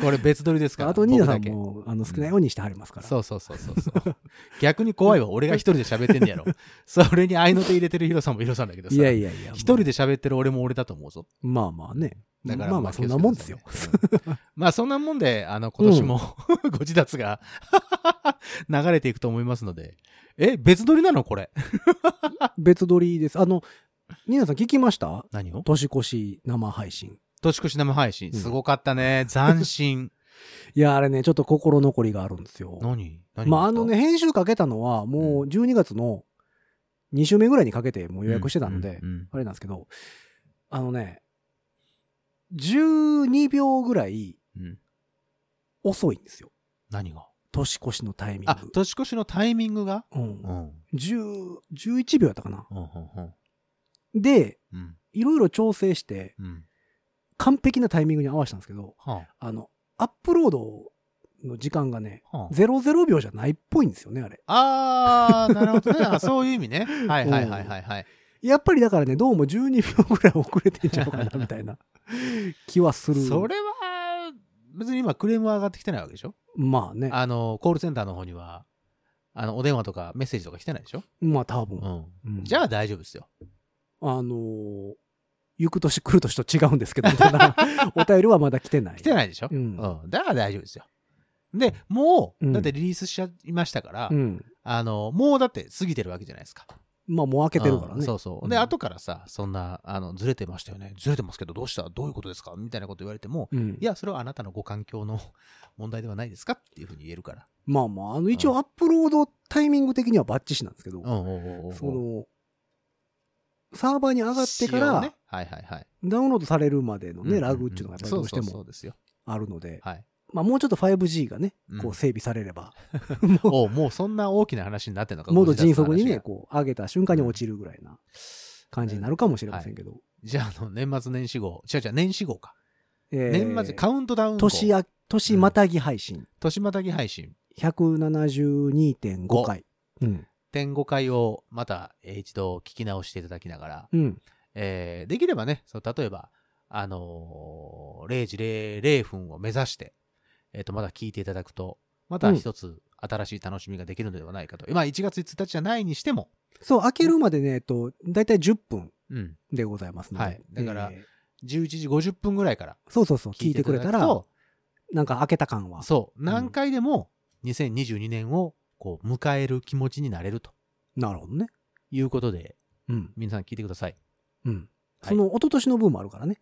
Speaker 3: これ別撮りですから。
Speaker 2: あとニーナさん
Speaker 3: 僕だけ
Speaker 2: も、あの、少ないようにしてはりますから。
Speaker 3: そうそうそうそうそう。 逆に怖いわ。俺が一人で喋ってんね やろ。それに合いの手入れてるヒロさんもヒロさんだけどさ。
Speaker 2: いやいやいや。
Speaker 3: 一人で喋ってる俺も俺だと思うぞ。
Speaker 2: まあまあね。
Speaker 3: だから
Speaker 2: まあまあ、そんなもんですよ。。
Speaker 3: 気をつけてくださいねうん まあそんなもんで、あの、今年も、ご自立が 流れていくと思いますので。え、別撮りなのこれ。
Speaker 2: 別撮りです。あの、ニーナさん聞きました
Speaker 3: 何を
Speaker 2: 年越し生配信。
Speaker 3: 年越し生配信。
Speaker 2: うん
Speaker 3: すごかったね。斬 新。
Speaker 2: いや、あれね、ちょっと心残りがあるんですよ。
Speaker 3: 何何
Speaker 2: まあ、あのね、、編集かけたのは、もう12月の2週目ぐらいにかけてもう予約してたので、
Speaker 3: うんうん
Speaker 2: あれなんですけど、あのね、12秒ぐらい
Speaker 3: うんうん
Speaker 2: 遅いんですよ。
Speaker 3: 何が
Speaker 2: 年越しのタイミン
Speaker 3: あ、
Speaker 2: グ。
Speaker 3: 年越しのタイミングが
Speaker 2: うん
Speaker 3: うん。うん
Speaker 2: 10 11秒やったかな。
Speaker 3: うんうん
Speaker 2: で、
Speaker 3: うん。
Speaker 2: いろいろ調整して、
Speaker 3: うん。
Speaker 2: 完璧なタイミングに合わせたんですけど、
Speaker 3: は
Speaker 2: あの、アップロードの時間がね、
Speaker 3: あ。はあ
Speaker 2: 00秒じゃないっぽいんですよね、あれ。
Speaker 3: あー、なるほ どね。あそういう意味ね。はいはいはいはいはい。
Speaker 2: やっぱりだからね、どうも12秒ぐらい遅れてんちゃうかな、みた いな気はする。
Speaker 3: それは、別に今クレームは上がってきてないわけでしょ
Speaker 2: まあね。
Speaker 3: あの、コールセンターの方には、あの、お電話とかメッセージとか来てないでしょ
Speaker 2: まあ多分。
Speaker 3: うん。
Speaker 2: うん
Speaker 3: じゃあ大丈夫ですよ。
Speaker 2: あのー行く年来る年と違うんですけど、みたい なお便りはまだ来てない。
Speaker 3: 来てないでしょ
Speaker 2: うん
Speaker 3: うん。だから大丈夫ですよ。で、も
Speaker 2: うん
Speaker 3: う、だってリリースしちゃいましたから
Speaker 2: う、ん。
Speaker 3: あの、もうだって過ぎてるわけじゃないですか。
Speaker 2: まあもう開けてるから
Speaker 3: うん
Speaker 2: ね。
Speaker 3: そうそう。で、
Speaker 2: うん
Speaker 3: 後からさ、そんな、あの、ずれてましたよね。ずれてますけど、どうしたどういうことですかみたいなこと言われても、
Speaker 2: うん
Speaker 3: いや、それはあなたのご環境の 問題ではないですかっていうふうに言えるから。
Speaker 2: まあまあ、あの、一応アップロードタイミング的にはバッチシなんですけど、
Speaker 3: んうんうん
Speaker 2: その、サーバーに上がってか
Speaker 3: 仕様
Speaker 2: ら、
Speaker 3: ねはいはいはい。
Speaker 2: ダウンロードされるまでの
Speaker 3: うんうん
Speaker 2: ね、
Speaker 3: ん
Speaker 2: ラグっていうのがやっぱりどうして
Speaker 3: そうそうそ
Speaker 2: も
Speaker 3: うですよ。
Speaker 2: あるので、
Speaker 3: はい。
Speaker 2: まあもうちょっと 5G がね
Speaker 3: うん、
Speaker 2: こう整備されれば、も
Speaker 3: おうもうそんな大きな話になってんのか
Speaker 2: う、もっと迅速にね、
Speaker 3: ご
Speaker 2: こう上げた瞬間に落ちるぐらいな感じになるかもしれませんけど。
Speaker 3: 自立の話がじゃあ、あの、年末年始号。違う違う、年始号か。
Speaker 2: えー
Speaker 3: 年末、カウントダウン号。
Speaker 2: 年あ、年またぎ配信、
Speaker 3: 年またぎ配信。
Speaker 2: 172.5回。うん。
Speaker 3: 点5回をまたえー一度聞き直していただきながら、
Speaker 2: うん。
Speaker 3: えーできればね、そう例えば、あのー0時00分を目指して、えっ、と、まだ聞いていただくと、また一つ新しい楽しみができるのではないかと。まあ、1月1日じゃないにしても、
Speaker 2: そう、開けるまでね、えっと、だいたい10分
Speaker 3: うん、
Speaker 2: でございますので。
Speaker 3: はいだから
Speaker 2: え
Speaker 3: 11時50分ぐらいから
Speaker 2: ーそうそうそう、聞
Speaker 3: 聞
Speaker 2: い
Speaker 3: い
Speaker 2: て
Speaker 3: て
Speaker 2: く
Speaker 3: く
Speaker 2: れ
Speaker 3: れ
Speaker 2: た
Speaker 3: た
Speaker 2: ら
Speaker 3: ら、、
Speaker 2: なんか開けた感は。
Speaker 3: そう、何回でも2022年をこう迎える気持ちになれると
Speaker 2: なるほどね。
Speaker 3: いうことで、
Speaker 2: うん。
Speaker 3: 皆さん聞いてください。
Speaker 2: うん。
Speaker 3: はい
Speaker 2: その、一昨年の分もあるからね。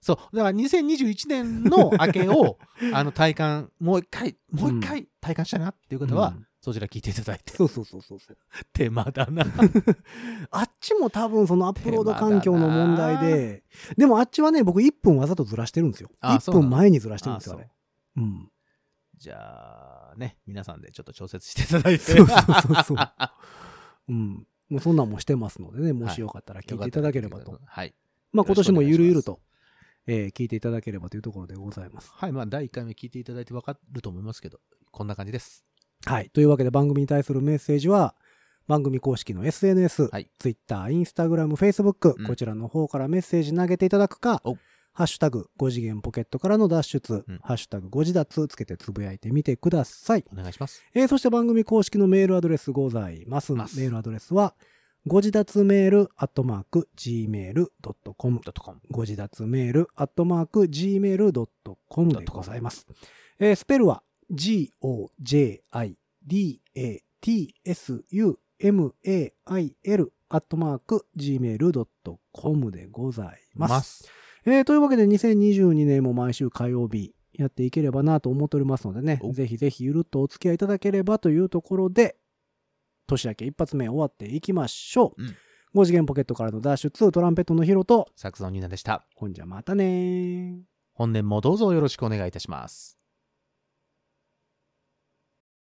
Speaker 3: そう、だから2021年の明け をあの体感、もう一回、もう一回体感したなっていう方は、
Speaker 2: うん
Speaker 3: そちら聞いていただいて。
Speaker 2: そうそうそうそうそう。
Speaker 3: 手間だな。
Speaker 2: あっちも多分そのアップロード環境の問題で、でもあっちはね、僕1分わざとずらしてるんですよ。
Speaker 3: あ
Speaker 2: 1
Speaker 3: そうな
Speaker 2: 分
Speaker 3: の
Speaker 2: 前にずらしてるん
Speaker 3: あ
Speaker 2: です
Speaker 3: そ
Speaker 2: よ、あ
Speaker 3: う
Speaker 2: れ。うん。
Speaker 3: じゃあね、皆さんでちょっと調節していただいて。
Speaker 2: そう そうそうそう うん。もうそんなんもしてますのでね、もしよかったら聞いていただければと。
Speaker 3: はい。
Speaker 2: まあ今年もゆるゆる
Speaker 3: よ
Speaker 2: と、えー聞いていただければというところでございます。
Speaker 3: はい。まあ、第1回目聞いていただいて分かると思いますけど、こんな感じです。
Speaker 2: はい。というわけで番組に対するメッセージは、番組公式の SNS、
Speaker 3: はい
Speaker 2: Twitter、Instagram、Facebook、
Speaker 3: うん
Speaker 2: こちらの方からメッセージ投げていただくか
Speaker 3: お、
Speaker 2: ハッシュタグ5次元ポケットからの脱出、
Speaker 3: うん
Speaker 2: ハッシュタグ5次脱つけてつぶやいてみてください。
Speaker 3: お願いします。
Speaker 2: えーそして番組公式のメールアドレスございます。
Speaker 3: ます
Speaker 2: メールアドレスは、ご自立メールアットマーク gmail.com
Speaker 3: ドットコム。
Speaker 2: ご自立メールアットマーク gmail.com でございます。えースペルは g-o-j-i-d-a-t-s-u-m-a-i-l アットマーク gmail.com でございます。
Speaker 3: ます。
Speaker 2: えーというわけで2022年も毎週火曜日やっていければなと思っておりますのでね
Speaker 3: お、
Speaker 2: ぜひぜひゆるっとお付き合いいただければというところで、年明け一発目終わっていきましょう。
Speaker 3: うん
Speaker 2: 5次元ポケットからの脱出、トランペットのヒロと、
Speaker 3: サクソンニーナでした。
Speaker 2: ほんじゃまたねー。
Speaker 3: 本年もどうぞよろしくお願いいたします。